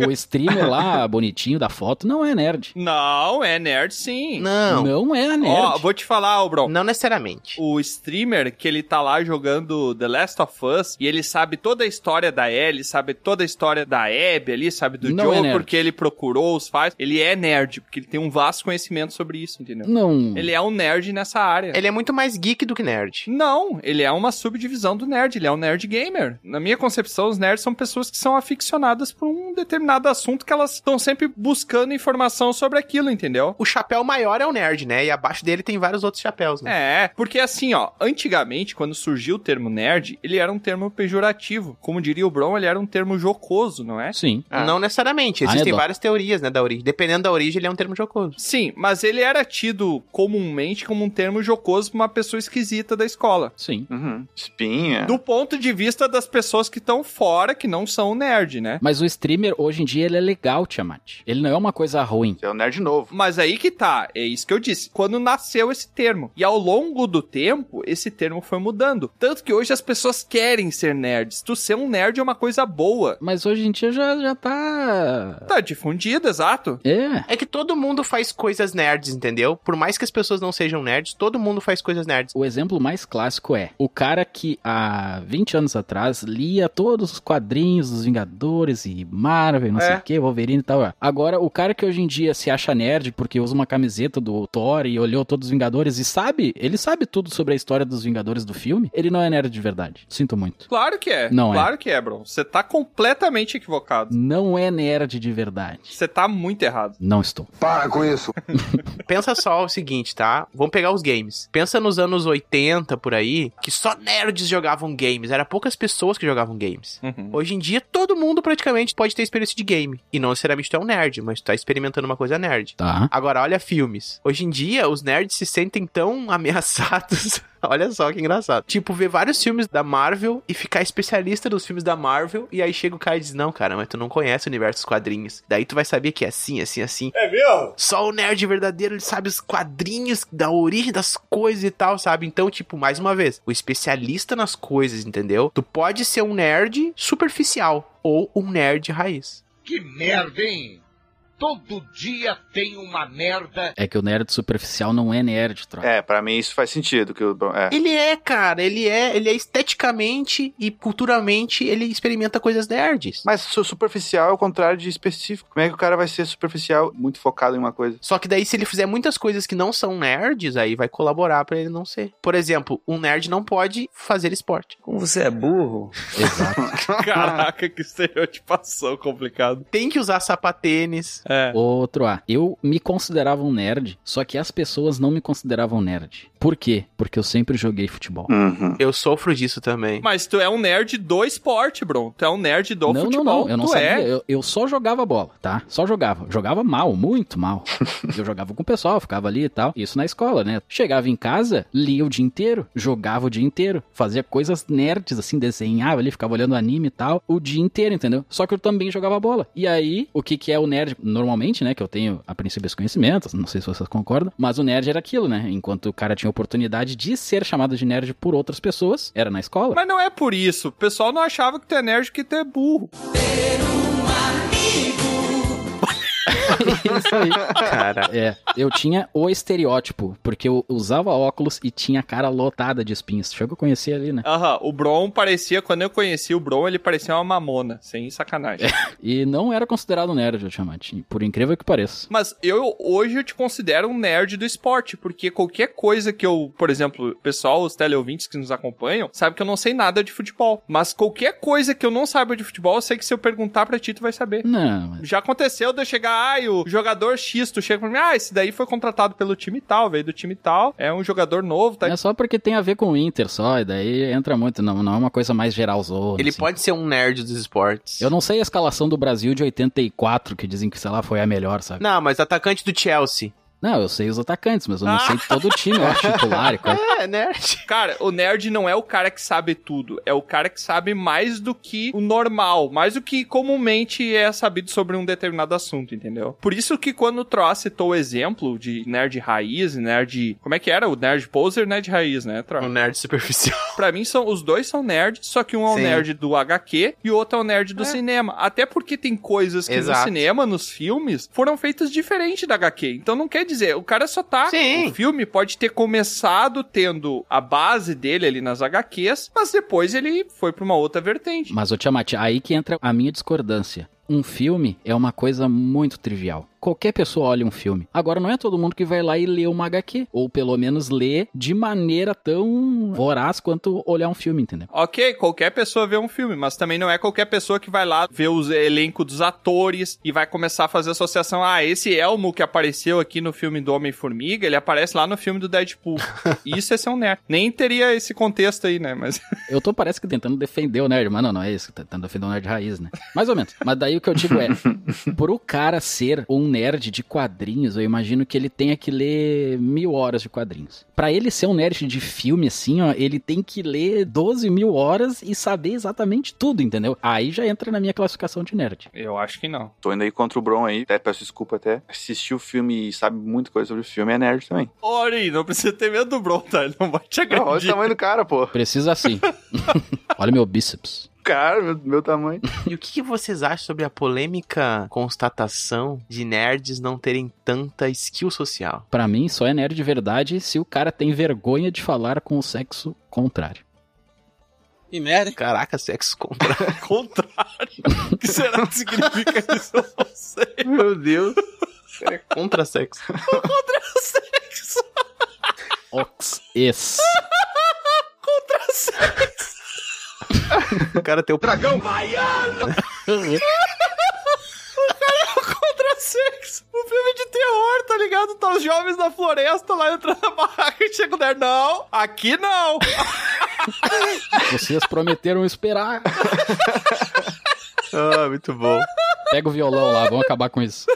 Speaker 3: O streamer lá, bonitinho da foto, não é nerd.
Speaker 1: Não, é nerd sim.
Speaker 2: Não, não,
Speaker 3: é
Speaker 1: Ó,
Speaker 3: nerd.
Speaker 1: vou te falar, ô, Bron.
Speaker 2: necessariamente.
Speaker 1: o streamer que ele tá lá jogando The Last of Us e ele sabe toda a história da Ellie, sabe toda a história da Abby ali, sabe do
Speaker 3: Não é
Speaker 1: Joe,
Speaker 3: nerd.
Speaker 1: porque ele procurou os faz. Ele é nerd, porque ele tem um vasto conhecimento sobre isso, entendeu?
Speaker 3: Não.
Speaker 1: Ele é um nerd nessa área.
Speaker 2: Ele é muito mais geek do que nerd.
Speaker 1: Não, ele é uma subdivisão do nerd, ele é um nerd gamer. Na minha concepção, os nerds são pessoas que são aficionadas por um determinado assunto que elas estão sempre buscando informação sobre aquilo, entendeu?
Speaker 2: O chapéu maior é o nerd, né? E abaixo dele tem vários outros chapéus, né?
Speaker 1: É, porque assim, ó, antigamente, quando surgiu o termo nerd, ele era um termo pejorativo. Como diria o Bron, ele era um termo jocoso, não é?
Speaker 3: Sim.
Speaker 4: É.
Speaker 2: Não necessariamente. Existem
Speaker 3: Anedota.
Speaker 2: várias teorias, né, da origem. Dependendo da origem, ele é um termo jocoso.
Speaker 1: Sim, mas ele era tido comumente como um termo jocoso pra uma pessoa esquisita da escola.
Speaker 3: Sim.
Speaker 4: Uhum. Espinha.
Speaker 1: Do ponto de vista das pessoas que estão fora, que não são nerd, né?
Speaker 3: Mas o streamer, hoje em dia, ele é legal, Tiamat. Ele não é uma coisa ruim.
Speaker 4: É um nerd novo.
Speaker 1: Mas aí que tá, é isso que eu disse. Quando nasceu esse termo. E ao longo do tempo, esse termo foi mudando. Tanto que hoje as pessoas querem ser nerds. Tu ser um nerd é uma coisa boa.
Speaker 3: Mas hoje em dia já, já tá.
Speaker 1: Tá difundido, exato.
Speaker 3: É.
Speaker 2: É que todo mundo faz coisas nerds, entendeu? Por mais que as pessoas não sejam nerds, todo mundo faz coisas nerds.
Speaker 3: O exemplo mais clássico é o cara que há 20 anos atrás lia todos os quadrinhos dos Vingadores e Marvel, não
Speaker 1: É.
Speaker 3: sei o que, Wolverine e tal. ó. Agora, o cara que hoje em dia se acha nerd porque usa uma camiseta do Thor e olhou todos os Vingadores e sabe, ele sabe tudo sobre a história dos Vingadores do filme, ele não é nerd de verdade. Sinto muito.
Speaker 1: Claro que é.
Speaker 3: Não é.
Speaker 1: claro que é, bro. Você tá completamente equivocado.
Speaker 3: Não é nerd de verdade.
Speaker 1: Você tá muito errado.
Speaker 3: Não estou.
Speaker 2: Para com isso. Pensa só o seguinte, tá? Vamos pegar os games. Pensa nos anos 80 por aí, que só nerds jogavam games. Era poucas pessoas que jogavam games.
Speaker 1: Uhum.
Speaker 2: Hoje em dia, todo mundo praticamente pode ter experiência de game. E não necessariamente tu é um nerd, mas tu tá experimentando uma coisa nerd.
Speaker 3: Tá.
Speaker 2: Agora, olha filmes. Hoje em dia, os nerds se sentem tão ameaçados. Olha só que engraçado. Tipo, ver vários filmes da Marvel e ficar especialista nos filmes da Marvel. E aí chega o cara e diz: Não, cara, mas tu não conhece o universo dos quadrinhos. Daí tu vai saber que é assim, assim, assim. É mesmo? Só o nerd verdadeiro ele sabe os quadrinhos da origem das coisas e tal, sabe? Então, tipo, mais uma vez, o especialista nas coisas, entendeu? Tu pode ser um nerd superficial ou um nerd raiz.
Speaker 11: Que merda, hein? Todo dia tem uma merda.
Speaker 3: É que o nerd superficial não é nerd, troca.
Speaker 4: É, pra mim isso faz sentido. Que eu, é.
Speaker 2: Ele é, cara, ele é, ele é esteticamente e culturalmente, ele experimenta coisas nerds.
Speaker 4: Mas su- superficial é o contrário de específico. Como é que o cara vai ser superficial, muito focado em uma coisa?
Speaker 2: Só que daí, se ele fizer muitas coisas que não são nerds, aí vai colaborar pra ele não ser. Por exemplo, um nerd não pode fazer esporte.
Speaker 9: Como você é burro.
Speaker 1: Caraca, que estereotipação complicado.
Speaker 2: Tem que usar sapatênis.
Speaker 1: É.
Speaker 3: Outro A. Eu me considerava um nerd, só que as pessoas não me consideravam nerd. Por quê? Porque eu sempre joguei futebol.
Speaker 1: Uhum.
Speaker 2: Eu sofro disso também.
Speaker 1: Mas tu é um nerd do esporte, bro. Tu é um nerd do
Speaker 3: não,
Speaker 1: futebol.
Speaker 3: não, não, eu não
Speaker 1: tu
Speaker 3: sabia.
Speaker 1: é.
Speaker 3: Eu, eu só jogava bola, tá? Só jogava. Jogava mal, muito mal. eu jogava com o pessoal, ficava ali e tal. Isso na escola, né? Chegava em casa, lia o dia inteiro, jogava o dia inteiro, fazia coisas nerds, assim, desenhava ali, ficava olhando anime e tal, o dia inteiro, entendeu? Só que eu também jogava bola. E aí, o que que é o nerd? Normalmente, né, que eu tenho a princípio esse conhecimento, não sei se vocês concordam, mas o nerd era aquilo, né? Enquanto o cara tinha oportunidade de ser chamado de nerd por outras pessoas, era na escola.
Speaker 1: Mas não é por isso. O pessoal não achava que tu é nerd que tu é burro.
Speaker 3: Isso aí.
Speaker 2: Cara.
Speaker 3: É, eu tinha o estereótipo, porque eu usava óculos e tinha a cara lotada de espinhos. Chegou a conhecer ali, né?
Speaker 1: Aham, o Bron parecia, quando eu conheci o Bron, ele parecia uma mamona, sem sacanagem.
Speaker 3: E não era considerado nerd, o Tiamat, por incrível que pareça.
Speaker 1: Mas eu hoje eu te considero um nerd do esporte, porque qualquer coisa que eu, por exemplo, o pessoal, os teleouvintes que nos acompanham, sabe que eu não sei nada de futebol. Mas qualquer coisa que eu não saiba de futebol, eu sei que se eu perguntar pra ti, tu vai saber.
Speaker 3: Não, mas-
Speaker 1: Já aconteceu de eu chegar, ai, o jogador X, tu chega pra mim, ah, esse daí foi contratado pelo time tal, veio do time tal, é um jogador novo, tá?
Speaker 3: é só porque tem a ver com o Inter só, e daí entra muito, não, não é uma coisa mais geralzona.
Speaker 2: Ele
Speaker 3: assim.
Speaker 2: pode ser um nerd dos esportes.
Speaker 3: Eu não sei a escalação do Brasil de 84, que dizem que, sei lá, foi a melhor, sabe?
Speaker 2: Não, mas atacante do Chelsea.
Speaker 3: Não, eu sei os atacantes, mas eu
Speaker 2: Ah!
Speaker 3: não sei todo o time, eu acho titular e qual.
Speaker 2: É, nerd.
Speaker 1: Cara, o nerd não é o cara que sabe tudo, é o cara que sabe mais do que o normal, mais do que comumente é sabido sobre um determinado assunto, entendeu? Por isso que quando o Troá citou o exemplo de nerd raiz, nerd... Como é que era? O nerd poser e nerd raiz, né, Troá?
Speaker 2: Um nerd superficial.
Speaker 1: Pra mim, são, os dois são nerds, só que um é o
Speaker 2: Sim.
Speaker 1: nerd do HQ e o outro é o nerd do cinema. Até porque tem coisas que no
Speaker 2: Exato.
Speaker 1: cinema, nos filmes, foram feitas diferente da HQ. Então não quer dizer, o cara só tá.
Speaker 2: Sim.
Speaker 1: O filme pode ter começado tendo a base dele ali nas HQs, mas depois ele foi pra uma outra vertente.
Speaker 3: Mas, ô Tiamat, aí que entra a minha discordância. Um filme é uma coisa muito trivial. Qualquer pessoa olha um filme. Agora, não é todo mundo que vai lá e lê uma HQ. Ou pelo menos lê de maneira tão voraz quanto olhar um filme, entendeu?
Speaker 1: Ok, qualquer pessoa vê um filme, mas também não é qualquer pessoa que vai lá ver o elenco dos atores e vai começar a fazer associação. Ah, esse Elmo que apareceu aqui no filme do Homem-Formiga, ele aparece lá no filme do Deadpool. Isso é ser um nerd. Nem teria esse contexto aí, né? Mas.
Speaker 3: Eu tô, parece que tentando defender o nerd, mas não, não é isso. Tentando defender o nerd raiz, né? Mais ou menos. Mas daí o que eu digo é, pro cara ser um nerd de quadrinhos, eu imagino que ele tenha que ler mil horas de quadrinhos. Pra ele ser um nerd de filme, assim, ó, ele tem que ler 12 mil horas e saber exatamente tudo, entendeu? Aí já entra na minha classificação de nerd.
Speaker 1: Eu acho que não.
Speaker 4: Tô indo aí contra o Bron aí, até peço desculpa até. Assistiu o filme e sabe muita coisa sobre o filme, é nerd também.
Speaker 1: Ori, não precisa ter medo do Bron, tá? Ele não vai te
Speaker 4: Não, olha o
Speaker 1: agredir.
Speaker 4: tamanho do cara, pô.
Speaker 3: Precisa assim. Olha meu bíceps.
Speaker 4: Cara, meu, meu tamanho.
Speaker 2: E o que que vocês acham sobre a polêmica constatação de nerds não terem tanta skill social?
Speaker 3: Pra mim, só é nerd de verdade se o cara tem vergonha de falar com o sexo contrário.
Speaker 9: Que merda.
Speaker 2: Caraca, sexo contra.
Speaker 1: contrário. O que será que significa isso? Eu não sei.
Speaker 2: Meu Deus. É contra sexo.
Speaker 3: Ox, ex.
Speaker 2: O cara tem o dragão.
Speaker 3: Contra
Speaker 1: Um ligado? Tá os jovens na floresta lá entrando na barraca e chega o nerd. Não, aqui não.
Speaker 3: Vocês prometeram esperar.
Speaker 2: ah, muito bom.
Speaker 3: Pega o violão lá, vamos acabar com isso.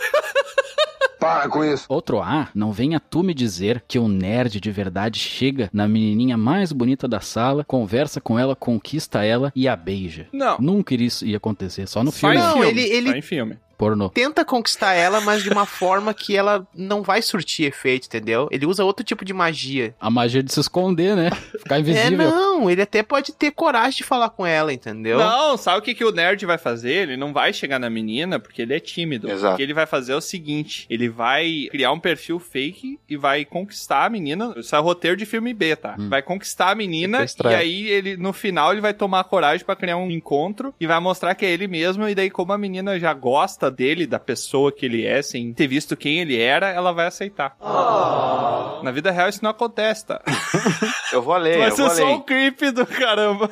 Speaker 11: Para com isso.
Speaker 3: Outro A, não venha tu me dizer que um nerd de verdade chega na menininha mais bonita da sala, conversa com ela, conquista ela e a beija.
Speaker 1: Não.
Speaker 3: Nunca isso ia acontecer, só Tá no
Speaker 1: Só
Speaker 3: filme.
Speaker 1: em
Speaker 2: Não,
Speaker 1: filme.
Speaker 2: ele- ele-
Speaker 1: Só em filme.
Speaker 3: Pornô.
Speaker 2: Tenta conquistar ela, mas de uma forma que ela não vai surtir efeito, entendeu? Ele usa outro tipo de magia.
Speaker 3: A magia de se esconder, né? Ficar
Speaker 2: É,
Speaker 3: invisível.
Speaker 2: não, ele até pode ter coragem de falar com ela, entendeu?
Speaker 1: Não, sabe o que, que o nerd vai fazer? Ele não vai chegar na menina porque ele é tímido.
Speaker 4: Exato.
Speaker 1: O que ele vai fazer é o seguinte: ele vai criar um perfil fake e vai conquistar a menina. Isso é roteiro de filme B, tá?
Speaker 3: Hum.
Speaker 1: Vai conquistar a menina e
Speaker 2: Sequestrar.
Speaker 1: aí ele, no final, ele vai tomar coragem pra criar um encontro e vai mostrar que é ele mesmo. E daí, como a menina já gosta dele, da pessoa que ele é, sem ter visto quem ele era, ela vai aceitar. Na vida real, isso não acontece, tá?
Speaker 4: Eu vou além,
Speaker 1: vai
Speaker 4: eu vou
Speaker 1: ser
Speaker 4: além.
Speaker 1: só um creep do caramba.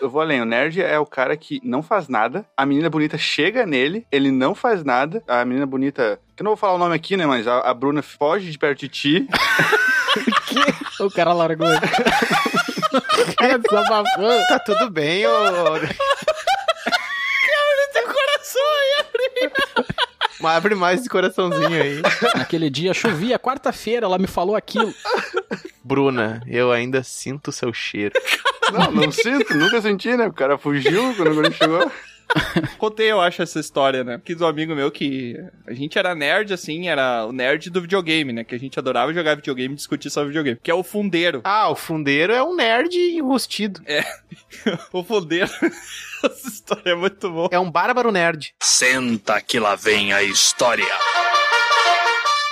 Speaker 4: Eu vou além. O nerd é o cara que não faz nada. A menina bonita chega nele, ele não faz nada. A menina bonita. Que eu não vou falar o nome aqui, né? Mas a, a Bruna foge de perto de ti.
Speaker 3: O cara largou. O cara desabafou.
Speaker 2: Tá tudo bem, ô.
Speaker 1: Tem coração
Speaker 2: Mas abre mais esse coraçãozinho aí.
Speaker 3: Naquele dia chovia, quarta-feira, ela me falou aquilo.
Speaker 2: Bruna, eu ainda sinto seu cheiro.
Speaker 4: Não, não sinto, nunca senti, né? O cara fugiu quando ele chegou.
Speaker 1: Contei, eu acho, essa história, né? Que do amigo meu que a gente era nerd, assim, era o nerd do videogame, né? Que a gente adorava jogar videogame e discutir sobre videogame. Que é o fundeiro.
Speaker 2: Ah, o fundeiro é um nerd enrustido.
Speaker 1: O fundeiro. essa história é muito boa.
Speaker 2: É um bárbaro nerd.
Speaker 11: Senta que lá vem a história.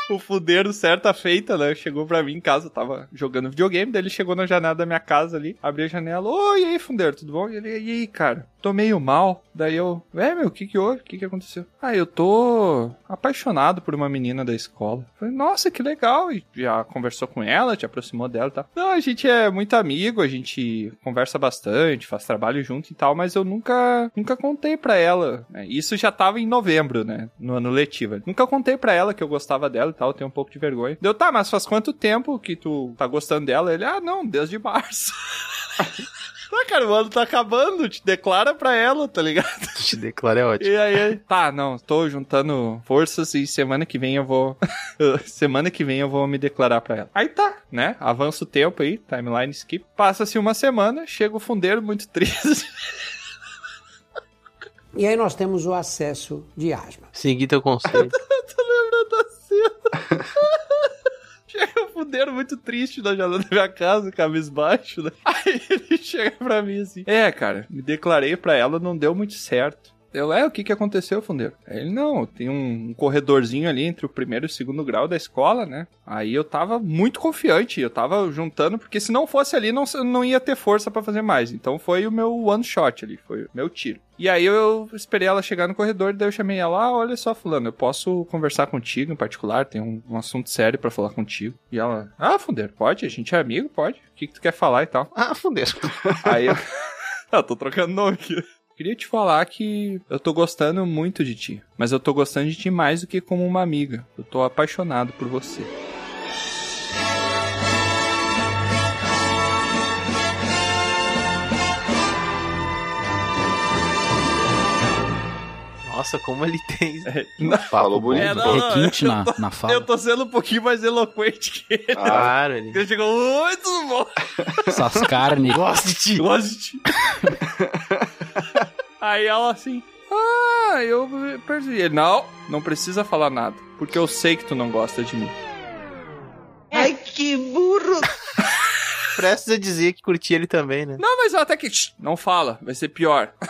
Speaker 1: O fudeiro, certa feita, né? Chegou pra mim em casa, eu tava jogando videogame, daí ele chegou na janela da minha casa ali, abri a janela, oi, e aí, fudeiro, tudo bom? E ele, e aí, cara, tô meio mal. Daí eu, é, meu, o que que houve? O que que aconteceu? Ah, eu tô apaixonado por uma menina da escola. Falei, nossa, que legal. E já conversou com ela, te aproximou dela e tal. Não, a gente é muito amigo, a gente conversa bastante, faz trabalho junto e tal, mas eu nunca, nunca contei pra ela. né? Isso já tava em novembro, né? No ano letivo. Nunca contei pra ela que eu gostava dela e tal, eu tenho um pouco de vergonha. Deu, tá, mas faz quanto tempo que tu tá gostando dela? Ele, ah, não, desde março. Tá, cara, o ano tá acabando, te declara pra ela, tá ligado?
Speaker 2: Te declaro, é ótimo.
Speaker 1: E aí, tá, não, tô juntando forças e semana que vem eu vou. semana que vem eu vou me declarar pra ela. Aí tá, né? Avança o tempo aí, timeline skip. Passa-se uma semana, chega o fundeiro muito triste.
Speaker 6: E aí nós temos o acesso de asma.
Speaker 2: Segui teu conselho.
Speaker 1: Tô lembrando da cena. Chega o fudeiro muito triste na janela da minha casa, cabisbaixo, né? Aí ele chega pra mim assim: É, cara, me declarei pra ela, não deu muito certo. Eu, é, o que que aconteceu, fundeiro? Aí Ele, não, tem um corredorzinho ali entre o primeiro e o segundo grau da escola, né? Aí eu tava muito confiante, eu tava juntando, porque se não fosse ali, não, não ia ter força pra fazer mais. Então foi o meu one shot ali, foi o meu tiro. E aí eu esperei ela chegar no corredor, daí eu chamei ela, ah, olha só, fulano, eu posso conversar contigo em particular, tem um, um assunto sério pra falar contigo. E ela, ah, fundeiro, pode, a gente é amigo, pode. O que que tu quer falar e tal?
Speaker 2: Ah, fundeiro.
Speaker 1: Aí eu... ah, tô trocando nome aqui. Queria te falar que eu tô gostando muito de ti, mas eu tô gostando de ti mais do que como uma amiga. Eu tô apaixonado por você.
Speaker 2: Nossa, como É, ele tem.
Speaker 4: Falou bonito.
Speaker 1: É, não, não,
Speaker 3: Requinte
Speaker 1: eu
Speaker 3: na, na
Speaker 1: Eu
Speaker 3: fala.
Speaker 1: tô sendo um pouquinho mais eloquente que ele.
Speaker 4: Ah,
Speaker 2: Claro, ele.
Speaker 1: Ele chegou muito bom.
Speaker 3: Essas carnes.
Speaker 2: Gosto de ti.
Speaker 1: Gosto de ti. Aí ela assim. Ah, eu perdi. Ele, não, não precisa falar nada. Porque eu sei que tu não gosta de mim.
Speaker 2: Precisa dizer que curti ele também, né?
Speaker 1: Não, mas até que. Shh, Não fala, vai ser pior.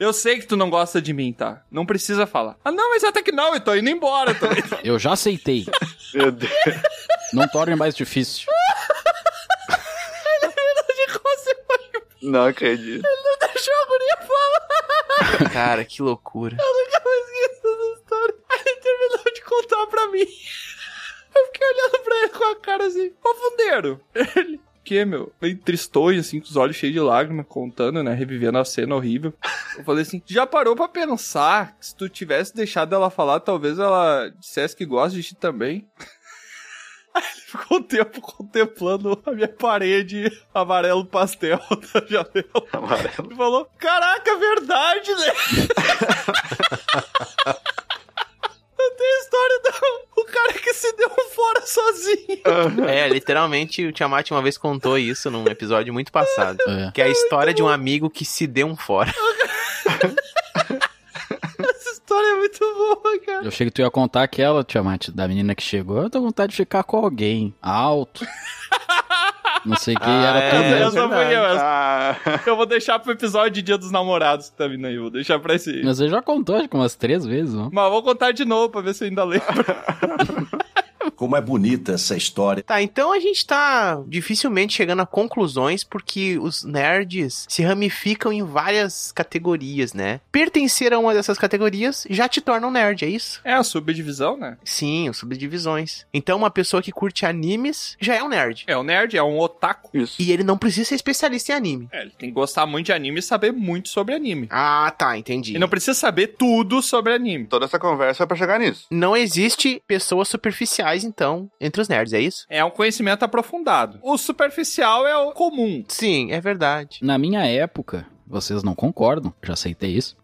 Speaker 1: Eu sei que tu não gosta de mim, tá? Não precisa falar. Ah, não, mas até que não, eu tô indo embora. Tô...
Speaker 3: Eu já aceitei.
Speaker 4: Meu Deus.
Speaker 3: Não torne mais difícil.
Speaker 4: Não acredito.
Speaker 1: Deixou a guria falar.
Speaker 2: Cara, que loucura.
Speaker 1: Eu nunca mais esqueci essa história. Aí ele terminou de contar pra mim. Eu fiquei olhando pra ele com a cara assim, ô fundeiro. Ele, quê, meu? Meio tristonho, assim, com os olhos cheios de lágrimas, contando, né? Revivendo a cena horrível. Eu falei assim: já parou pra pensar que se tu tivesse deixado ela falar, talvez ela dissesse que gosta de ti também? Ficou um tempo contemplando a minha parede amarelo pastel da janela.
Speaker 4: Amarelo.
Speaker 1: Ele falou: Caraca, é verdade, né? Não tem a história do o cara que se deu um fora sozinho.
Speaker 2: É, literalmente o Tiamat uma vez contou isso num episódio muito passado. Que é a história de um amigo que se deu um fora.
Speaker 1: Essa história é muito boa, cara.
Speaker 3: Eu achei que tu ia contar aquela, Tiamat, da menina que chegou. Eu tô com vontade de ficar com alguém. Alto. Não sei quem
Speaker 2: Ah,
Speaker 3: era
Speaker 2: é,
Speaker 3: todo
Speaker 1: essa
Speaker 2: verdade.
Speaker 1: foi eu. Essa.
Speaker 4: Ah,
Speaker 1: Eu vou deixar pro episódio de Dia dos Namorados que tá vindo aí. Vou deixar pra esse.
Speaker 3: Mas você já contou, acho que umas três vezes, não?
Speaker 1: Mas vou contar de novo pra ver se eu ainda lembro.
Speaker 12: Como é bonita essa história.
Speaker 2: Tá, então a gente tá dificilmente chegando a conclusões porque os nerds se ramificam em várias categorias, né? Pertencer a uma dessas categorias já te torna um nerd, é isso?
Speaker 1: É a subdivisão, né?
Speaker 2: Sim, os subdivisões. Então uma pessoa que curte animes já é um nerd.
Speaker 1: É um nerd, é um otaku.
Speaker 4: isso.
Speaker 2: E ele não precisa ser especialista em anime.
Speaker 1: É, ele tem que gostar muito de anime e saber muito sobre anime.
Speaker 2: Ah, tá, entendi.
Speaker 1: E não precisa saber tudo sobre anime.
Speaker 4: Toda essa conversa é pra chegar nisso.
Speaker 2: Não existe pessoas superficiais, então, entre os nerds, é isso?
Speaker 1: É um conhecimento aprofundado. O superficial é o comum.
Speaker 2: Sim, é verdade.
Speaker 3: Na minha época, vocês não concordam, já aceitei isso.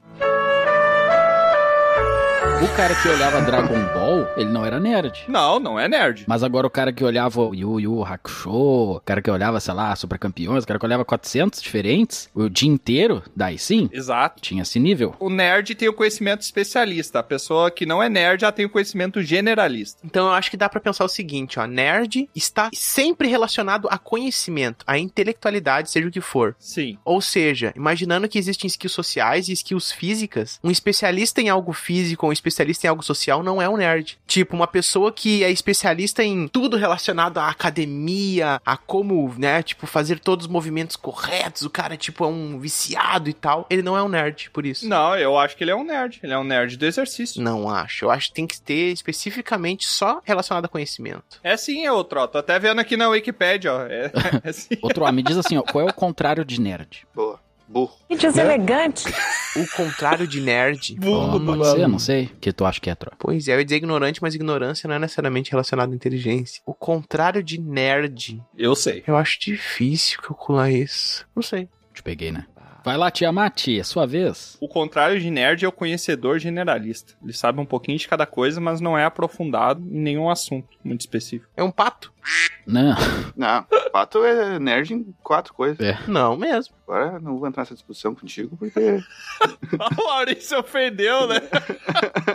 Speaker 3: O cara que olhava Dragon Ball, ele não era nerd.
Speaker 1: Não, não é nerd.
Speaker 3: Mas agora o cara que olhava o Yu Yu Hakusho, o cara que olhava, sei lá, Super Campeões, o cara que olhava 400 diferentes o dia inteiro, daí sim,
Speaker 1: Exato.
Speaker 3: tinha esse nível.
Speaker 1: O nerd tem o conhecimento especialista. A pessoa que não é nerd já tem o conhecimento generalista.
Speaker 2: Então eu acho que dá pra pensar o seguinte, ó, nerd está sempre relacionado a conhecimento, a intelectualidade, seja o que for.
Speaker 1: Sim.
Speaker 2: Ou seja, imaginando que existem skills sociais e skills físicas, um especialista em algo físico ou um especialista em algo social não é um nerd. Tipo, uma pessoa que é especialista em tudo relacionado à academia, a como, né, tipo, fazer todos os movimentos corretos, o cara, tipo, é um viciado e tal, ele não é um nerd, por isso.
Speaker 1: Não, eu acho que ele é um nerd. Ele é um nerd do exercício.
Speaker 2: Não acho. Eu acho que tem que ter especificamente só relacionado a conhecimento.
Speaker 1: É sim, é outro, ó. Tô até vendo aqui na Wikipédia, ó. É, é sim.
Speaker 3: Outro, ah, me diz assim, ó, qual é o contrário de nerd?
Speaker 4: Boa. Burro.
Speaker 5: Que deselegante.
Speaker 2: O contrário de nerd.
Speaker 3: Ó,
Speaker 1: Burro.
Speaker 3: Ah, pode ser, não sei. O que tu acha que é, Tro?
Speaker 2: Pois é, eu ia dizer ignorante, mas ignorância não é necessariamente relacionada à inteligência. O contrário de nerd.
Speaker 1: Eu sei.
Speaker 2: Eu acho difícil calcular isso. Não sei.
Speaker 3: Te peguei, né? Vai lá, Tiamat, é sua vez.
Speaker 1: O contrário de nerd é o conhecedor generalista. Ele sabe um pouquinho de cada coisa, mas não é aprofundado em nenhum assunto muito específico.
Speaker 2: É um pato?
Speaker 3: Não,
Speaker 4: Não, pato é nerd em quatro coisas.
Speaker 3: É.
Speaker 2: Não mesmo.
Speaker 4: Agora eu não vou entrar nessa discussão contigo, porque.
Speaker 1: o Maurício ofendeu, né?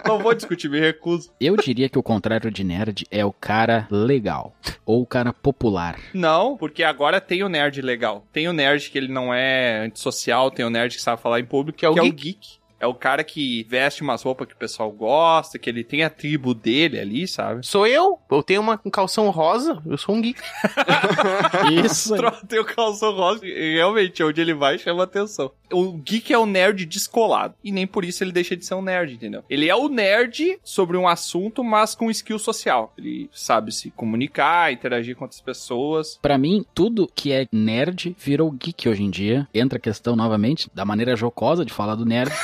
Speaker 1: não vou discutir, me recuso.
Speaker 3: eu diria que o contrário de nerd é o cara legal. Ou o cara popular.
Speaker 1: Não, porque agora tem o nerd legal. Tem o nerd que ele não é antissocial, tem o nerd que sabe falar em público,
Speaker 2: Que é o geek.
Speaker 1: É o cara que veste umas roupas que o pessoal gosta, que ele tem a tribo dele ali, sabe?
Speaker 2: Sou eu? Eu tenho uma, um calção rosa, eu sou um geek.
Speaker 3: Isso aí.
Speaker 1: Tro- Tem o calção rosa e realmente é onde ele vai chama atenção. O geek é o nerd descolado e nem por isso ele deixa de ser um nerd, entendeu? Ele é o nerd sobre um assunto, mas com skill social. Ele sabe se comunicar, interagir com outras pessoas.
Speaker 3: Pra mim, tudo que é nerd virou geek hoje em dia. Entra a questão novamente da maneira jocosa de falar do nerd.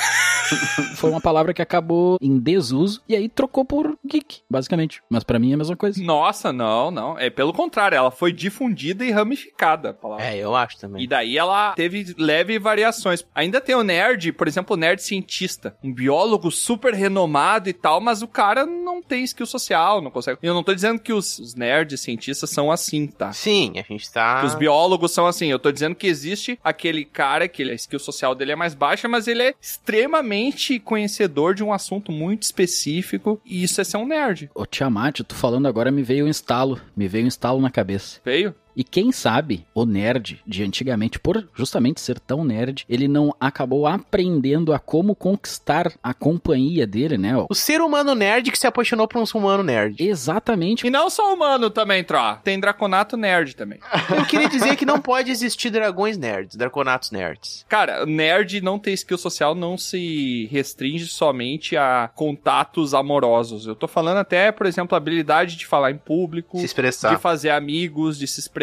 Speaker 3: Foi uma palavra que acabou em desuso e aí trocou por geek, basicamente. Mas pra mim é a mesma coisa.
Speaker 1: Nossa, não, não. É pelo contrário, ela foi difundida e ramificada a palavra.
Speaker 2: É, eu acho
Speaker 1: E
Speaker 2: também.
Speaker 1: daí ela teve leve variações. Ainda tem o nerd, por exemplo, o nerd cientista. Um biólogo super renomado e tal, mas o cara não tem skill social, não consegue. Eu não tô dizendo que os, os nerds cientistas são assim, tá?
Speaker 2: Sim, a gente tá.
Speaker 1: Que Os biólogos são assim. Eu tô dizendo que existe aquele cara que ele- a skill social dele é mais baixa, mas ele é extremamente conhecedor de um assunto muito específico. E isso é ser um nerd.
Speaker 3: Ô Tiamat, tu falando agora me veio um instalo. Me veio um instalo na cabeça.
Speaker 1: Veio?
Speaker 3: E quem sabe o nerd de antigamente, por justamente ser tão nerd, ele não acabou aprendendo a como conquistar a companhia dele, né? ó.
Speaker 2: O ser humano nerd que se apaixonou por um humano nerd.
Speaker 3: Exatamente.
Speaker 1: E não só humano também, Tro. Ah, Tem draconato nerd também.
Speaker 2: Eu queria dizer que não pode existir dragões nerds, draconatos nerds.
Speaker 1: Cara, nerd não ter skill social não se restringe somente a contatos amorosos. Eu tô falando até, por exemplo, a habilidade de falar em público,
Speaker 2: Se
Speaker 1: de
Speaker 2: expressar.
Speaker 1: fazer amigos, de se expressar,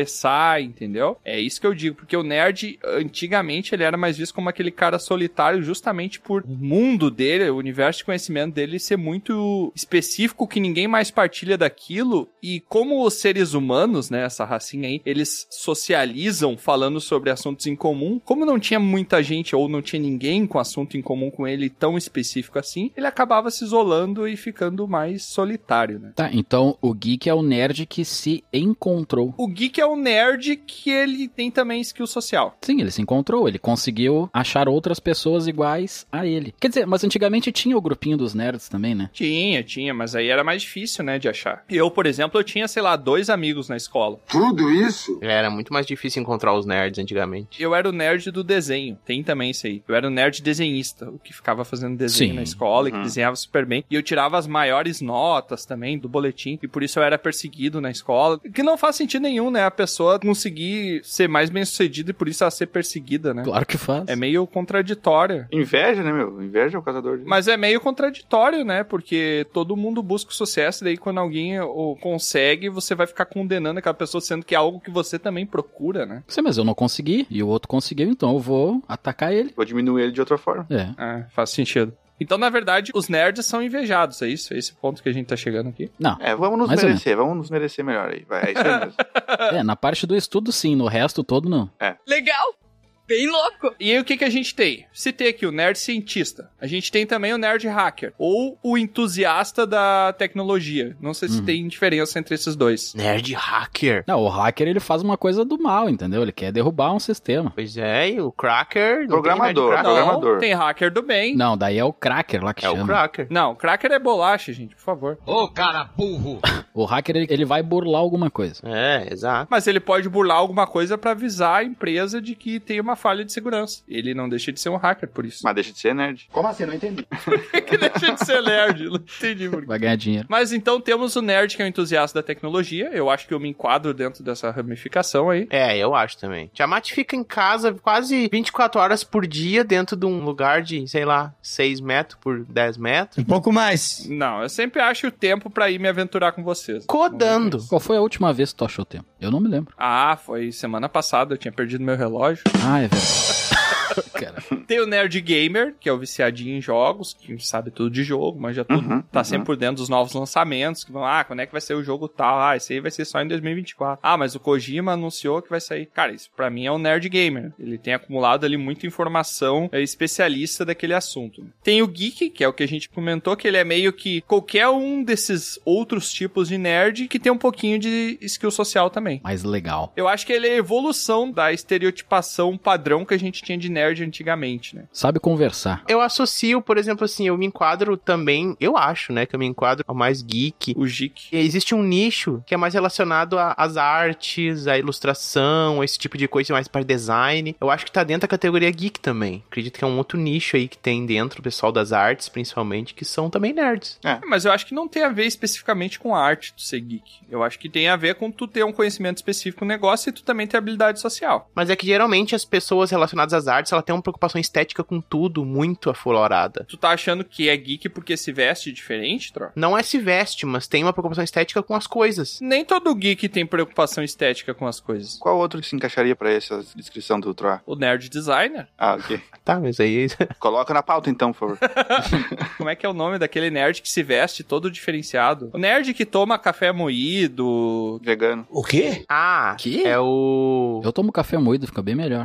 Speaker 1: entendeu? É isso que eu digo, porque o nerd, antigamente, ele era mais visto como aquele cara solitário, justamente por o mundo dele, o universo de conhecimento dele ser muito específico, que ninguém mais partilha daquilo. E como os seres humanos, né, essa racinha aí, eles socializam falando sobre assuntos em comum, como não tinha muita gente ou não tinha ninguém com assunto em comum com ele tão específico assim, ele acabava se isolando e ficando mais solitário, né?
Speaker 3: Tá, então o geek é o nerd que se encontrou.
Speaker 1: O geek é o nerd que ele tem também skill social.
Speaker 3: Sim, ele se encontrou, ele conseguiu achar outras pessoas iguais a ele. Quer dizer, mas antigamente tinha o grupinho dos nerds também, né?
Speaker 1: Tinha, tinha, mas aí era mais difícil, né, de achar. Eu, por exemplo, eu tinha, sei lá, dois amigos na escola.
Speaker 11: Tudo isso?
Speaker 2: Era muito mais difícil encontrar os nerds antigamente.
Speaker 1: Eu era o nerd do desenho, tem também isso aí. Eu era o nerd desenhista, o que ficava fazendo desenho
Speaker 3: Sim.
Speaker 1: na escola e que
Speaker 3: Uhum.
Speaker 1: desenhava super bem. E eu tirava as maiores notas também do boletim, e por isso eu era perseguido na escola. Que não faz sentido nenhum, né? A pessoa conseguir ser mais bem sucedida e por isso ela ser perseguida, né?
Speaker 3: Claro que faz.
Speaker 1: É meio contraditória.
Speaker 4: Inveja, né, meu? Inveja é o causador disso.
Speaker 1: Mas é meio contraditório, né? Porque todo mundo busca o sucesso, daí quando alguém o consegue, você vai ficar condenando aquela pessoa, sendo que é algo que você também procura, né?
Speaker 3: Sim, mas eu não consegui e o outro conseguiu, então eu vou atacar ele.
Speaker 4: Vou diminuir ele de outra forma.
Speaker 3: É.
Speaker 1: Ah, faz sentido. Então, na verdade, os nerds são invejados, é isso? É esse ponto que a gente tá chegando aqui?
Speaker 3: Não.
Speaker 4: É, vamos nos
Speaker 3: Mais ou
Speaker 4: merecer, vamos nos merecer melhor aí. Vai, é isso aí mesmo.
Speaker 3: É, na parte do estudo sim, no resto todo não.
Speaker 1: Legal! Bem louco! E aí, o que, que a gente tem? Citei aqui o nerd cientista. A gente tem também o nerd hacker. Ou o entusiasta da tecnologia. Não sei se tem diferença entre esses dois.
Speaker 2: Nerd hacker.
Speaker 3: Não, o hacker ele faz uma coisa do mal, entendeu? Ele quer derrubar um sistema.
Speaker 2: Pois é, e o cracker. não tem
Speaker 4: Programador,
Speaker 2: nerd cracker.
Speaker 4: programador.
Speaker 1: Tem hacker do bem.
Speaker 3: Não, daí é o cracker lá que chama.
Speaker 2: Cracker.
Speaker 1: Não, cracker é bolacha, gente, por favor.
Speaker 11: Ô, cara burro!
Speaker 3: O hacker ele, ele vai burlar alguma coisa.
Speaker 2: É, exato.
Speaker 1: Mas ele pode burlar alguma coisa pra avisar a empresa de que tem uma falha de segurança. Ele não deixa de ser um hacker por isso.
Speaker 4: Mas deixa de ser nerd.
Speaker 11: Como assim? Não entendi.
Speaker 1: Ele deixa de ser nerd, não entendi por quê.
Speaker 3: Vai ganhar dinheiro.
Speaker 1: Mas então temos o nerd que é um entusiasta da tecnologia. Eu acho que eu me enquadro dentro dessa ramificação aí.
Speaker 2: É, eu acho também. Tiamat fica em casa quase 24 horas por dia dentro de um lugar de, sei lá, 6 metros por 10 metros.
Speaker 9: Um pouco mais.
Speaker 1: Não, eu sempre acho o tempo pra ir me aventurar com vocês.
Speaker 2: Codando.
Speaker 3: Qual foi a última vez que tu achou tempo? Eu não me lembro.
Speaker 1: Ah, foi semana passada, eu tinha perdido meu relógio.
Speaker 3: Ah, é verdade. Cara,
Speaker 1: Tem o Nerd Gamer, que é o viciadinho em jogos, que sabe tudo de jogo, mas já tudo.
Speaker 4: Uhum,
Speaker 1: tá
Speaker 4: uhum.
Speaker 1: sempre por dentro dos novos lançamentos, que vão, ah, quando é que vai ser o jogo tal? Ah, esse aí vai ser só em 2024. Ah, mas o Kojima anunciou que vai sair. Cara, isso pra mim é um Nerd Gamer. Ele tem acumulado ali muita informação é, especialista daquele assunto. Tem o Geek, que é o que a gente comentou, que ele é meio que qualquer um desses outros tipos de nerd que tem um pouquinho de skill social também.
Speaker 3: mas legal.
Speaker 1: Eu acho que ele é a evolução da estereotipação padrão que a gente tinha de nerd antigamente, né?
Speaker 3: Sabe conversar.
Speaker 2: Eu associo, por exemplo, assim, eu me enquadro também, eu acho, né, que eu me enquadro ao mais geek.
Speaker 1: O geek.
Speaker 2: E Existe um nicho que é mais relacionado a- às artes, à ilustração, a esse tipo de coisa mais para design. Eu acho que tá dentro da categoria geek também. Acredito que é um outro nicho aí que tem dentro, o pessoal das artes, principalmente, que são também nerds.
Speaker 1: É, mas eu acho que não tem a ver especificamente com a arte de ser geek. Eu acho que tem a ver com tu ter um conhecimento específico no negócio e tu também ter habilidade social.
Speaker 2: Mas é que geralmente as pessoas relacionadas às artes, ela tem uma preocupação estética com tudo muito aflorada.
Speaker 1: Tu tá achando que é geek porque se veste diferente, Tro?
Speaker 2: Não é se veste, mas tem uma preocupação estética com as coisas.
Speaker 1: Nem todo geek tem preocupação estética com as coisas.
Speaker 4: Qual outro que se encaixaria pra essa descrição do Troá?
Speaker 1: O nerd designer?
Speaker 4: Ah, ok.
Speaker 2: Tá, mas aí
Speaker 4: Coloca na pauta então, por favor.
Speaker 1: Como é que é o nome daquele nerd que se veste todo diferenciado? O nerd que toma café moído.
Speaker 4: Vegano.
Speaker 11: O quê?
Speaker 2: Ah,
Speaker 3: Que?
Speaker 2: é o
Speaker 3: Eu tomo café moído, fica bem melhor.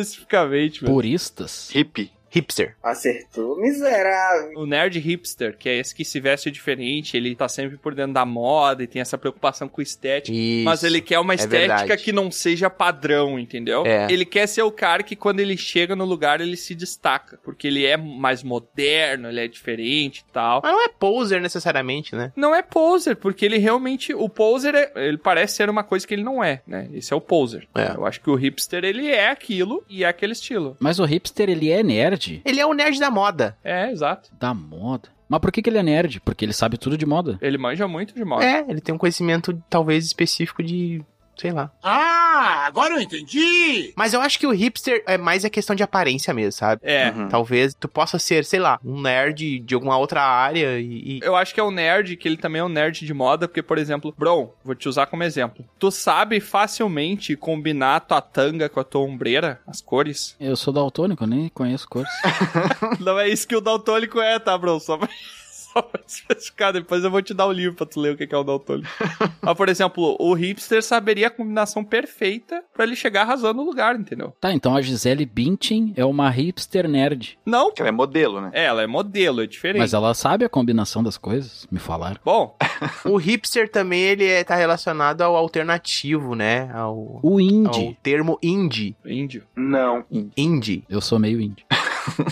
Speaker 1: especificamente, velho.
Speaker 3: Puristas.
Speaker 4: Hippie.
Speaker 2: hipster.
Speaker 9: Acertou, miserável.
Speaker 1: O nerd hipster, que é esse que se veste diferente, ele tá sempre por dentro da moda e tem essa preocupação com estética.
Speaker 2: Isso.
Speaker 1: Mas ele quer uma
Speaker 2: é
Speaker 1: estética
Speaker 2: verdade.
Speaker 1: que não seja padrão, entendeu?
Speaker 2: É.
Speaker 1: Ele quer ser o cara que quando ele chega no lugar ele se destaca, porque ele é mais moderno, ele é diferente e tal.
Speaker 2: Mas não é poser necessariamente, né?
Speaker 1: Não é poser, porque ele realmente. O poser, é- ele parece ser uma coisa que ele não é, né? Esse é o poser.
Speaker 2: É.
Speaker 1: Eu acho que o hipster, ele é aquilo e é aquele estilo.
Speaker 3: Mas o hipster, ele é nerd
Speaker 2: Ele é o nerd da moda.
Speaker 1: É, exato.
Speaker 3: da moda. Mas por que, que ele é nerd? Porque ele sabe tudo de moda.
Speaker 1: Ele manja muito de moda.
Speaker 2: É, ele tem um conhecimento talvez específico de Sei lá.
Speaker 11: Ah, agora eu entendi!
Speaker 2: Mas eu acho que o hipster é mais a questão de aparência mesmo, sabe?
Speaker 1: É. Uhum.
Speaker 2: Talvez tu possa ser, sei lá, um nerd de alguma outra área e. e-
Speaker 1: Eu acho que é um nerd, que ele também é um nerd de moda, porque, por exemplo, Bron, vou te usar como exemplo. Tu sabe facilmente combinar tua tanga com a tua ombreira, as cores?
Speaker 3: Eu sou daltônico, nem conheço cores.
Speaker 1: Não é isso que o daltônico é, tá, Bron? Só pra... Só pra especificar, depois eu vou te dar o livro pra tu ler o que que é o daltônico. Mas, por exemplo, o hipster saberia a combinação perfeita pra ele chegar arrasando o lugar, entendeu?
Speaker 3: Tá, então a Gisele Bündchen é uma hipster nerd.
Speaker 1: Não,
Speaker 4: Ela é modelo, né?
Speaker 1: ela é modelo, é diferente.
Speaker 3: Mas ela sabe a combinação das coisas, me falaram.
Speaker 1: Bom,
Speaker 2: O hipster também, ele é, tá relacionado ao alternativo, né? Ao,
Speaker 3: O
Speaker 2: ao
Speaker 3: indie.
Speaker 2: termo indie.
Speaker 1: índio.
Speaker 4: Não.
Speaker 2: Indie.
Speaker 3: Eu sou meio indie.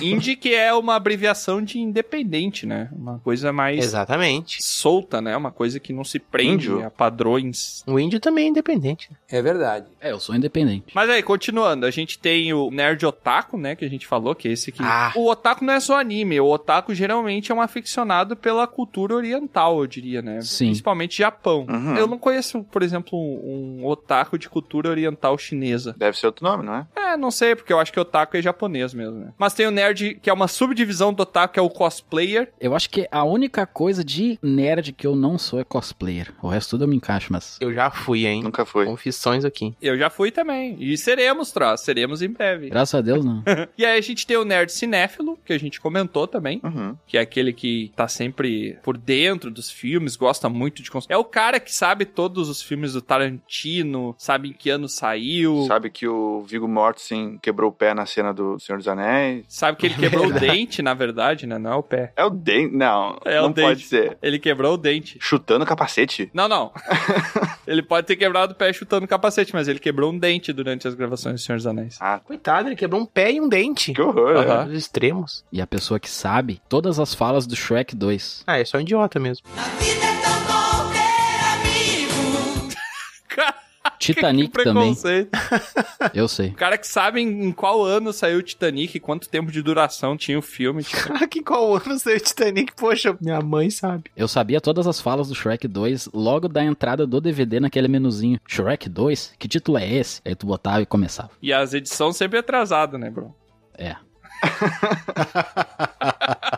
Speaker 1: Indie que é uma abreviação de independente, né? Uma coisa mais
Speaker 2: Exatamente.
Speaker 1: solta, né? Uma coisa que não se prende
Speaker 4: Índio.
Speaker 1: a padrões.
Speaker 2: O índio também é independente.
Speaker 6: É verdade.
Speaker 3: É, eu sou independente.
Speaker 1: Mas aí, continuando, a gente tem o nerd otaku, né, que a gente falou, que é esse aqui.
Speaker 2: Ah.
Speaker 1: O otaku não é só anime, o otaku geralmente é um aficionado pela cultura oriental, eu diria, né?
Speaker 3: Sim.
Speaker 1: Principalmente Japão.
Speaker 4: Uhum.
Speaker 1: Eu não conheço, por exemplo, um um otaku de cultura oriental chinesa.
Speaker 4: Deve ser outro nome, não é?
Speaker 1: É, não sei, porque eu acho que otaku é japonês mesmo, né? Mas tem o nerd, que é uma subdivisão do otaku, que é o cosplayer.
Speaker 3: Eu acho que a única coisa de nerd que eu não sou é cosplayer. O resto tudo eu me encaixo, mas.
Speaker 2: Eu já fui, hein?
Speaker 4: Nunca foi.
Speaker 2: Confissões aqui.
Speaker 1: Eu já fui também. E seremos, troço. Seremos em breve.
Speaker 3: Graças a Deus, não.
Speaker 1: E aí a gente tem o nerd cinéfilo, que a gente comentou também,
Speaker 4: Uhum.
Speaker 1: que é aquele que tá sempre por dentro dos filmes, gosta muito de cons... É o cara que sabe todos os filmes do Tarantino, sabe em que ano saiu, sabe,
Speaker 4: Sabe que o Vigo Mortensen quebrou o pé na cena do Senhor dos Anéis?
Speaker 1: que ele quebrou o dente, na verdade, né? Não é o pé.
Speaker 4: É o dente. Não,
Speaker 1: É o
Speaker 4: não pode
Speaker 1: dente.
Speaker 4: ser.
Speaker 1: Ele quebrou o dente.
Speaker 4: Chutando o capacete?
Speaker 1: Não, não. ele pode ter quebrado o pé chutando o capacete, mas ele quebrou um dente durante as gravações do Senhor dos Anéis.
Speaker 4: Ah,
Speaker 2: Coitado, ele quebrou um pé e um dente.
Speaker 4: que horror.
Speaker 1: Aham.
Speaker 4: né?
Speaker 2: Os extremos.
Speaker 3: E a pessoa que sabe todas as falas do Shrek 2.
Speaker 2: Ah, é só um idiota mesmo.
Speaker 1: Cara,
Speaker 3: Titanic também.
Speaker 1: preconceito.
Speaker 3: Eu sei.
Speaker 1: O cara que sabe em, em qual ano saiu o Titanic, quanto tempo de duração tinha o filme. tipo.
Speaker 2: Ah, que qual ano saiu o Titanic? Poxa, minha mãe sabe.
Speaker 3: Eu sabia todas as falas do Shrek 2 logo da entrada do DVD naquele menuzinho. Shrek 2? Que título é esse? Aí tu botava e começava.
Speaker 1: E as edições sempre atrasadas, né, bro?
Speaker 3: É.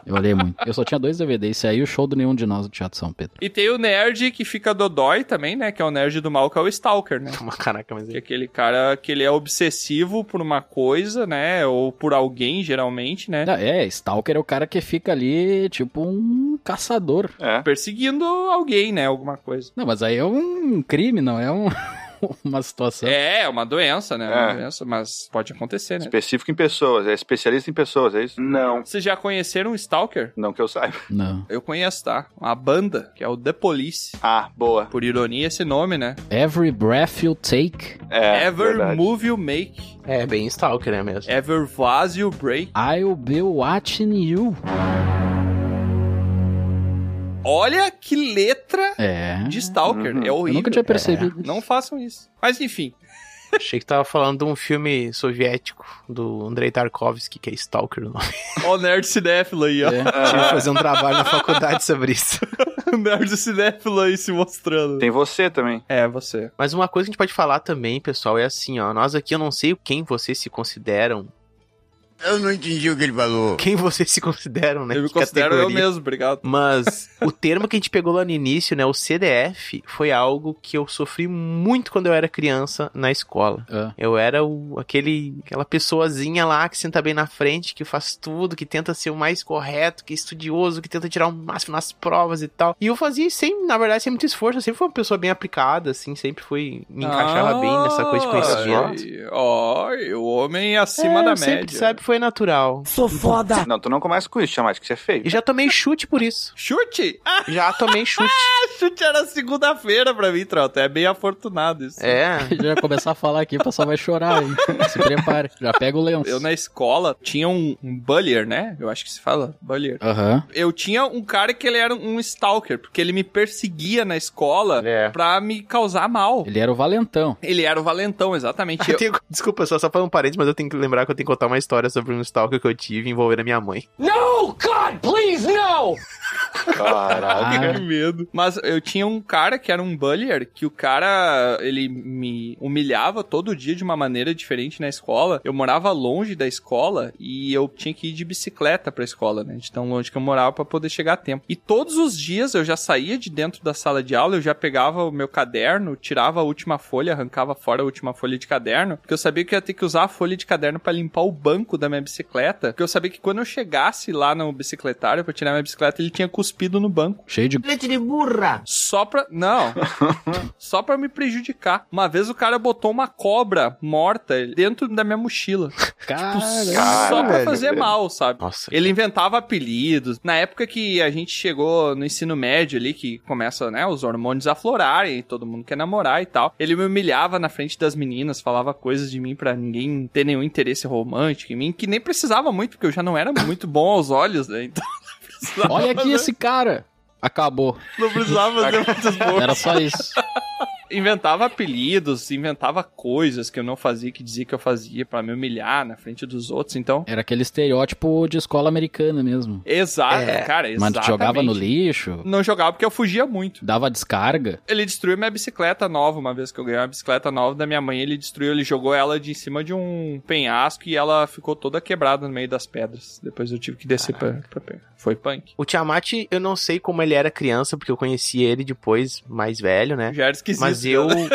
Speaker 3: eu olhei muito. Eu só tinha dois DVDs, isso aí e o show do Nenhum de Nós do Teatro São Pedro.
Speaker 1: E tem o nerd que fica dodói também, né? Que é o nerd do mal, que é o Stalker, né?
Speaker 2: Toma, caraca, mas
Speaker 1: Que é aquele cara que ele é obsessivo por uma coisa, né? Ou por alguém, geralmente, né?
Speaker 3: Ah, É, Stalker é o cara que fica ali, tipo um caçador.
Speaker 4: É.
Speaker 1: Perseguindo alguém, né? Alguma coisa.
Speaker 3: Não, mas aí é um crime, não é um- uma situação.
Speaker 1: É, é uma doença, né? É uma
Speaker 4: É.
Speaker 1: doença, mas pode acontecer, né?
Speaker 4: Específico em pessoas, é especialista em pessoas, é isso? Não.
Speaker 1: Vocês já conheceram o Stalker?
Speaker 4: Não que eu saiba.
Speaker 3: Não.
Speaker 1: Eu conheço, tá? Uma banda, que é o The Police.
Speaker 4: Ah, boa.
Speaker 1: Por ironia, esse nome, né?
Speaker 3: Every breath you take,
Speaker 4: É,
Speaker 1: Ever
Speaker 4: verdade.
Speaker 1: move you make,
Speaker 2: É, bem stalker, é mesmo?
Speaker 1: ever vase you break.
Speaker 3: I'll be watching you.
Speaker 1: Olha que letra
Speaker 3: É.
Speaker 1: de Stalker.
Speaker 4: Uhum.
Speaker 1: É
Speaker 3: Eu
Speaker 1: horrível.
Speaker 3: nunca tinha percebido.
Speaker 1: Não façam isso. Mas enfim,
Speaker 2: Achei que tava falando de um filme soviético do Andrei Tarkovsky, que é stalker. Não.
Speaker 1: ó o nerd cinéfilo aí, ó.
Speaker 2: Tive que fazer um trabalho na faculdade sobre isso.
Speaker 1: O nerd cinéfilo aí se mostrando.
Speaker 4: Tem você também.
Speaker 1: É, você.
Speaker 2: Mas uma coisa que a gente pode falar também, pessoal, é assim, ó. Nós aqui, eu não sei quem vocês se consideram.
Speaker 11: Eu não entendi o que ele falou.
Speaker 2: Quem vocês se consideram, né?
Speaker 1: eu me
Speaker 2: Que
Speaker 1: considero
Speaker 2: categoria.
Speaker 1: eu mesmo, obrigado.
Speaker 2: Mas o termo que a gente pegou lá no início, né? O CDF, foi algo que eu sofri muito quando eu era criança na escola.
Speaker 1: É.
Speaker 3: Ah.
Speaker 2: Eu era o, aquele, aquela pessoazinha lá que senta bem na frente, que faz tudo, que tenta ser o mais correto, que é estudioso, que tenta tirar o máximo nas provas e tal. E eu fazia sem, na verdade, sem muito esforço. Eu sempre fui uma pessoa bem aplicada, assim, sempre fui. Me encaixava bem nessa coisa de conhecimento.
Speaker 1: Ai, Ah, Ó, o homem acima
Speaker 2: É,
Speaker 1: da
Speaker 2: eu sempre,
Speaker 1: média.
Speaker 2: sabe, foi natural.
Speaker 6: Sou foda!
Speaker 4: Não, tu não começa com isso, Chamate, que você é feio.
Speaker 2: E já tomei chute por isso.
Speaker 1: Chute? Ah,
Speaker 2: Já tomei chute.
Speaker 1: chute era segunda-feira pra mim, Trota. É bem afortunado isso.
Speaker 2: É.
Speaker 3: Já começar a falar aqui, o pessoal vai chorar, hein? Se prepare. Já pega o lenço.
Speaker 1: Eu na escola tinha um, um bullier, né? Eu acho que se fala bullier.
Speaker 3: Aham.
Speaker 1: Eu tinha um cara que ele era um stalker, porque ele me perseguia na escola
Speaker 2: É.
Speaker 1: pra me causar mal.
Speaker 3: Ele era o valentão.
Speaker 1: Ele era o valentão, exatamente.
Speaker 2: Eu
Speaker 1: Eu-
Speaker 2: tenho- desculpa, só, só para um parênteses, mas eu tenho que lembrar que eu tenho que contar uma história sobre um stalker que eu tive envolvendo a minha mãe.
Speaker 4: Caralho.
Speaker 1: Que medo. Mas eu, eu tinha um cara que era um bullier, que o cara, ele me humilhava todo dia de uma maneira diferente na escola. Eu morava longe da escola e eu tinha que ir de bicicleta pra escola, né? De tão longe que eu morava pra poder chegar a tempo. E todos os dias eu já saía de dentro da sala de aula, eu já pegava o meu caderno, tirava a última folha, arrancava fora a última folha de caderno, porque eu sabia que eu ia ter que usar a folha de caderno pra limpar o banco da minha bicicleta, porque eu sabia que quando eu chegasse lá no bicicletário pra tirar minha bicicleta, ele tinha cuspido no banco.
Speaker 3: Cheio de
Speaker 1: leite de burra. Só pra. Não. Só pra me prejudicar. Uma vez o cara botou uma cobra morta dentro da minha mochila. Tipo,
Speaker 3: Cara,
Speaker 1: só pra fazer
Speaker 2: velho.
Speaker 1: mal, sabe? Ele inventava apelidos. Na época que a gente chegou no ensino médio ali, que começa, né, os hormônios a florarem, todo mundo quer namorar e tal. Ele me humilhava na frente das meninas, falava coisas de mim pra ninguém ter nenhum interesse romântico em mim, que nem precisava muito, porque eu já não era muito bom aos olhos, né? Então, não precisava
Speaker 3: Olha aqui
Speaker 1: fazer-
Speaker 3: esse cara. Acabou.
Speaker 1: Não precisava fazer muitas boas.
Speaker 3: Era só isso.
Speaker 1: Inventava apelidos, inventava coisas que eu não fazia, que dizia que eu fazia pra me humilhar na frente dos outros, então...
Speaker 3: Era aquele estereótipo de escola americana mesmo.
Speaker 1: Exato,
Speaker 2: É,
Speaker 1: cara, exatamente.
Speaker 3: Mas jogava no lixo,
Speaker 1: Não jogava porque eu fugia muito.
Speaker 3: dava descarga.
Speaker 1: Ele destruiu minha bicicleta nova, uma vez que eu ganhei uma bicicleta nova da minha mãe, ele destruiu, ele jogou ela de em cima de um penhasco e ela ficou toda quebrada no meio das pedras. Depois eu tive que descer pra, pra pegar. Foi punk.
Speaker 2: O Tiamat, eu não sei como ele era criança, porque eu conheci ele depois, mais velho, né?
Speaker 1: Já era esquisito.
Speaker 2: Mas eu,
Speaker 1: né?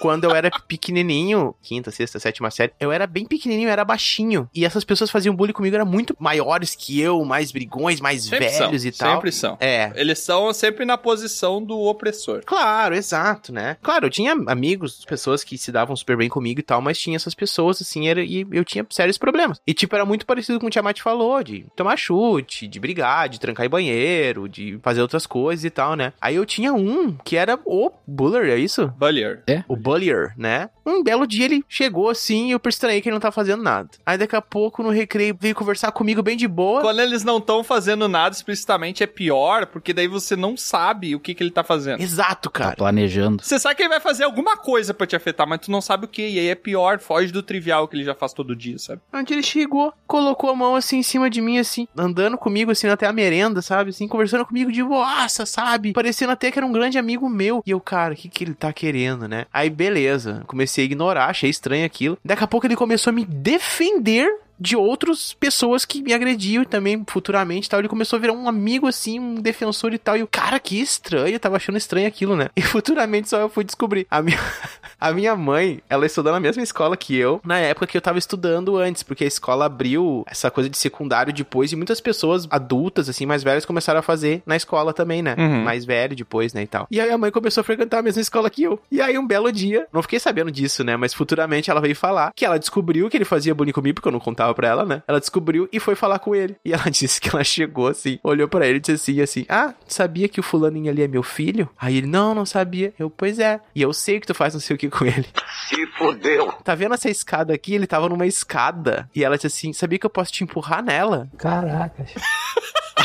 Speaker 2: quando eu era pequenininho, quinta, sexta, sétima série, eu era bem pequenininho, eu era baixinho. E essas pessoas faziam bullying comigo, eram muito maiores que eu, mais brigões, mais
Speaker 1: Sempre são,
Speaker 2: velhos e tal.
Speaker 1: sempre são.
Speaker 2: É.
Speaker 1: Eles são sempre na posição do opressor.
Speaker 2: Claro, exato, né? Claro, eu tinha amigos, pessoas que se davam super bem comigo e tal, mas tinha essas pessoas, assim, era, e eu tinha sérios problemas. E, tipo, era muito parecido com o Tiamat falou, de tomar chute, de brigar, de trancar em banheiro, de fazer outras coisas e tal, né? Aí eu tinha um que era o Buller, é isso?
Speaker 1: Bullier.
Speaker 3: É.
Speaker 2: O Bullier, né? Um belo dia ele chegou assim e eu estranhei que ele não tava fazendo nada. Aí daqui a pouco, no recreio, veio conversar comigo bem de boa.
Speaker 1: Quando eles não estão fazendo nada explicitamente é pior, porque daí você não sabe o que, que ele tá fazendo.
Speaker 2: Exato, cara.
Speaker 3: Planejando.
Speaker 1: Você sabe que ele vai fazer alguma coisa pra te afetar, mas tu não sabe o que, e aí é pior, foge do trivial que ele já faz todo dia, sabe?
Speaker 2: Onde ele chegou, colocou a mão assim em cima de mim, assim, andando comigo, assim, até a merenda, sabe? Assim, conversando comigo de boaça, sabe? Parecendo até que era um grande amigo meu. E eu, cara, o que, que ele tá querendo, né? Aí, beleza. Comecei a ignorar, achei estranho aquilo. Daqui a pouco ele começou a me defender de outras pessoas que me agrediam e também futuramente e tal. Ele começou a virar um amigo, assim, um defensor e tal. E o cara, que estranho, eu tava achando estranho aquilo, né? E futuramente só eu fui descobrir. A minha, a minha mãe, ela estudou na mesma escola que eu, na época que eu tava estudando antes, porque a escola abriu essa coisa de secundário depois e muitas pessoas adultas, assim, mais velhas, começaram a fazer na escola também, né?
Speaker 1: Uhum.
Speaker 2: Mais velho depois, né, e tal. E aí a mãe começou a frequentar a mesma escola que eu. E aí um belo dia, não fiquei sabendo disso, né, mas futuramente ela veio falar que ela descobriu que ele fazia bullying comigo, porque eu não contava pra ela, né? Ela descobriu e foi falar com ele. E ela disse que ela chegou assim, olhou pra ele e disse assim, assim, ah, sabia que o fulaninho ali é meu filho? Aí ele, não, não sabia. Eu, pois é. E eu sei que tu faz não sei o que com ele.
Speaker 11: Se fudeu.
Speaker 2: Tá vendo essa escada aqui? Ele tava numa escada. E ela disse assim: sabia que eu posso te empurrar nela?
Speaker 6: Caracas.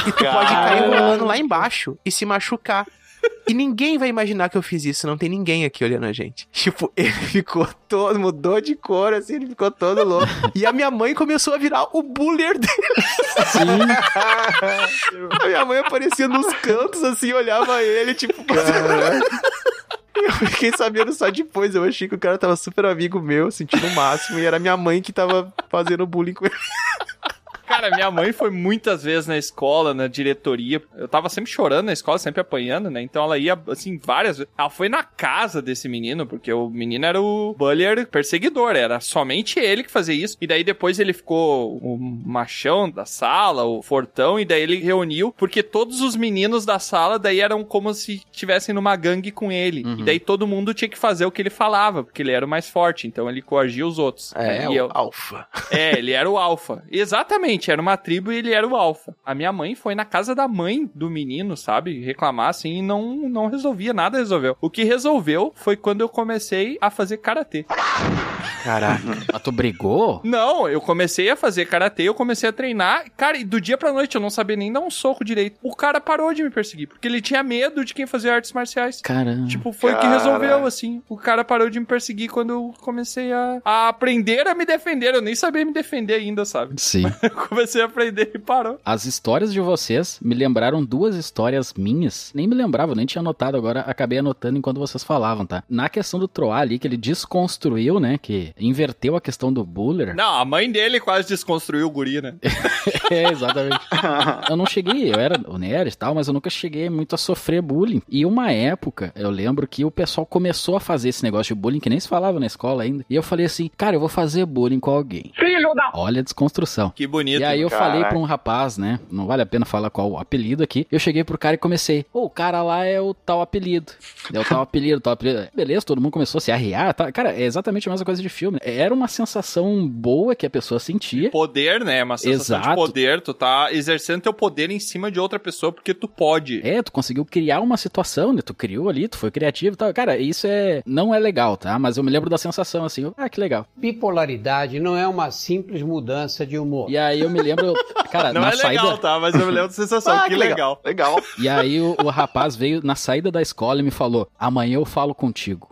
Speaker 2: E tu pode cair rolando lá embaixo e se machucar. E ninguém vai imaginar que eu fiz isso, não tem ninguém aqui olhando a gente. Tipo, ele ficou todo, mudou de cor, assim, ele ficou todo louco. E a minha mãe começou a virar o buller dele. Sim. a minha mãe aparecia nos cantos, assim, olhava ele, tipo. Eu fiquei sabendo só depois. Eu achei que o cara tava super amigo meu, sentindo o máximo, e era minha mãe que tava fazendo bullying com ele.
Speaker 1: Cara, minha mãe foi muitas vezes na escola, na diretoria. Eu tava sempre chorando na escola, sempre apanhando, né? Então ela ia, assim, várias vezes. Ela foi na casa desse menino, porque o menino era o Bullier perseguidor, era somente ele que fazia isso. E daí depois ele ficou o machão da sala, o fortão, e daí ele reuniu, porque todos os meninos da sala daí eram como se estivessem numa gangue com ele. E
Speaker 2: Uhum.
Speaker 1: daí todo mundo tinha que fazer o que ele falava, porque ele era o mais forte, então ele coagia os outros.
Speaker 2: É,
Speaker 1: e
Speaker 2: o alfa.
Speaker 1: é, ele era o alfa. Exatamente, era uma tribo e ele era o alfa. A minha mãe foi na casa da mãe do menino, sabe? Reclamar assim e não, não resolvia, nada resolveu. O que resolveu foi quando eu comecei a fazer karatê.
Speaker 2: Caraca.
Speaker 3: Mas Ah, tu brigou?
Speaker 1: Não, eu comecei a fazer karatê, eu comecei a treinar. Cara, e do dia pra noite eu não sabia nem dar um soco direito. O cara parou de me perseguir, porque ele tinha medo de quem fazia artes marciais.
Speaker 3: Caramba.
Speaker 1: Tipo, foi o que
Speaker 3: Cara.
Speaker 1: resolveu, assim. O cara parou de me perseguir quando eu comecei a, a aprender a me defender. Eu nem sabia me defender ainda, sabe?
Speaker 3: Sim.
Speaker 1: Eu comecei a aprender e parou.
Speaker 3: As histórias de vocês me lembraram duas histórias minhas. Nem me lembrava, nem tinha anotado agora, acabei anotando enquanto vocês falavam, tá? Na questão do Troá ali, que ele desconstruiu, né? Que inverteu a questão do Buller.
Speaker 1: Não, a mãe dele quase desconstruiu o guri, né?
Speaker 3: é, exatamente. eu não cheguei, eu era o nerd e tal, mas eu nunca cheguei muito a sofrer bullying. E uma época, eu lembro que o pessoal começou a fazer esse negócio de bullying, que nem se falava na escola ainda. E eu falei assim, cara, eu vou fazer bullying com alguém.
Speaker 1: Filho um da...
Speaker 3: Olha a desconstrução.
Speaker 1: Que bonito. né,
Speaker 3: E aí eu
Speaker 1: Caraca.
Speaker 3: falei pra um rapaz, né? Não vale a pena falar qual o apelido aqui. Eu cheguei pro cara e comecei. Ô, o cara lá é o tal apelido. É o tal apelido, tal apelido. Beleza, todo mundo começou a se arriar. tá? Cara, é exatamente a mesma coisa de filme. Era uma sensação boa que a pessoa sentia.
Speaker 1: Poder, né? Uma sensação de
Speaker 3: Exato.
Speaker 1: poder. Tu tá exercendo teu poder em cima de outra pessoa porque tu pode.
Speaker 3: É, tu conseguiu criar uma situação, né? Tu criou ali, tu foi criativo e tal. Cara, isso é não é legal, tá? Mas eu me lembro da sensação assim, eu, ah, que legal.
Speaker 6: Bipolaridade não é uma simples mudança de humor.
Speaker 3: E aí eu me lembro, cara,
Speaker 6: Não
Speaker 3: na
Speaker 6: é legal,
Speaker 3: saída...
Speaker 1: tá? Mas eu me lembro da sensação,
Speaker 6: Ah, que que legal.
Speaker 4: Legal.
Speaker 3: E aí o, o rapaz veio na saída da escola e me falou: "Amanhã eu falo contigo".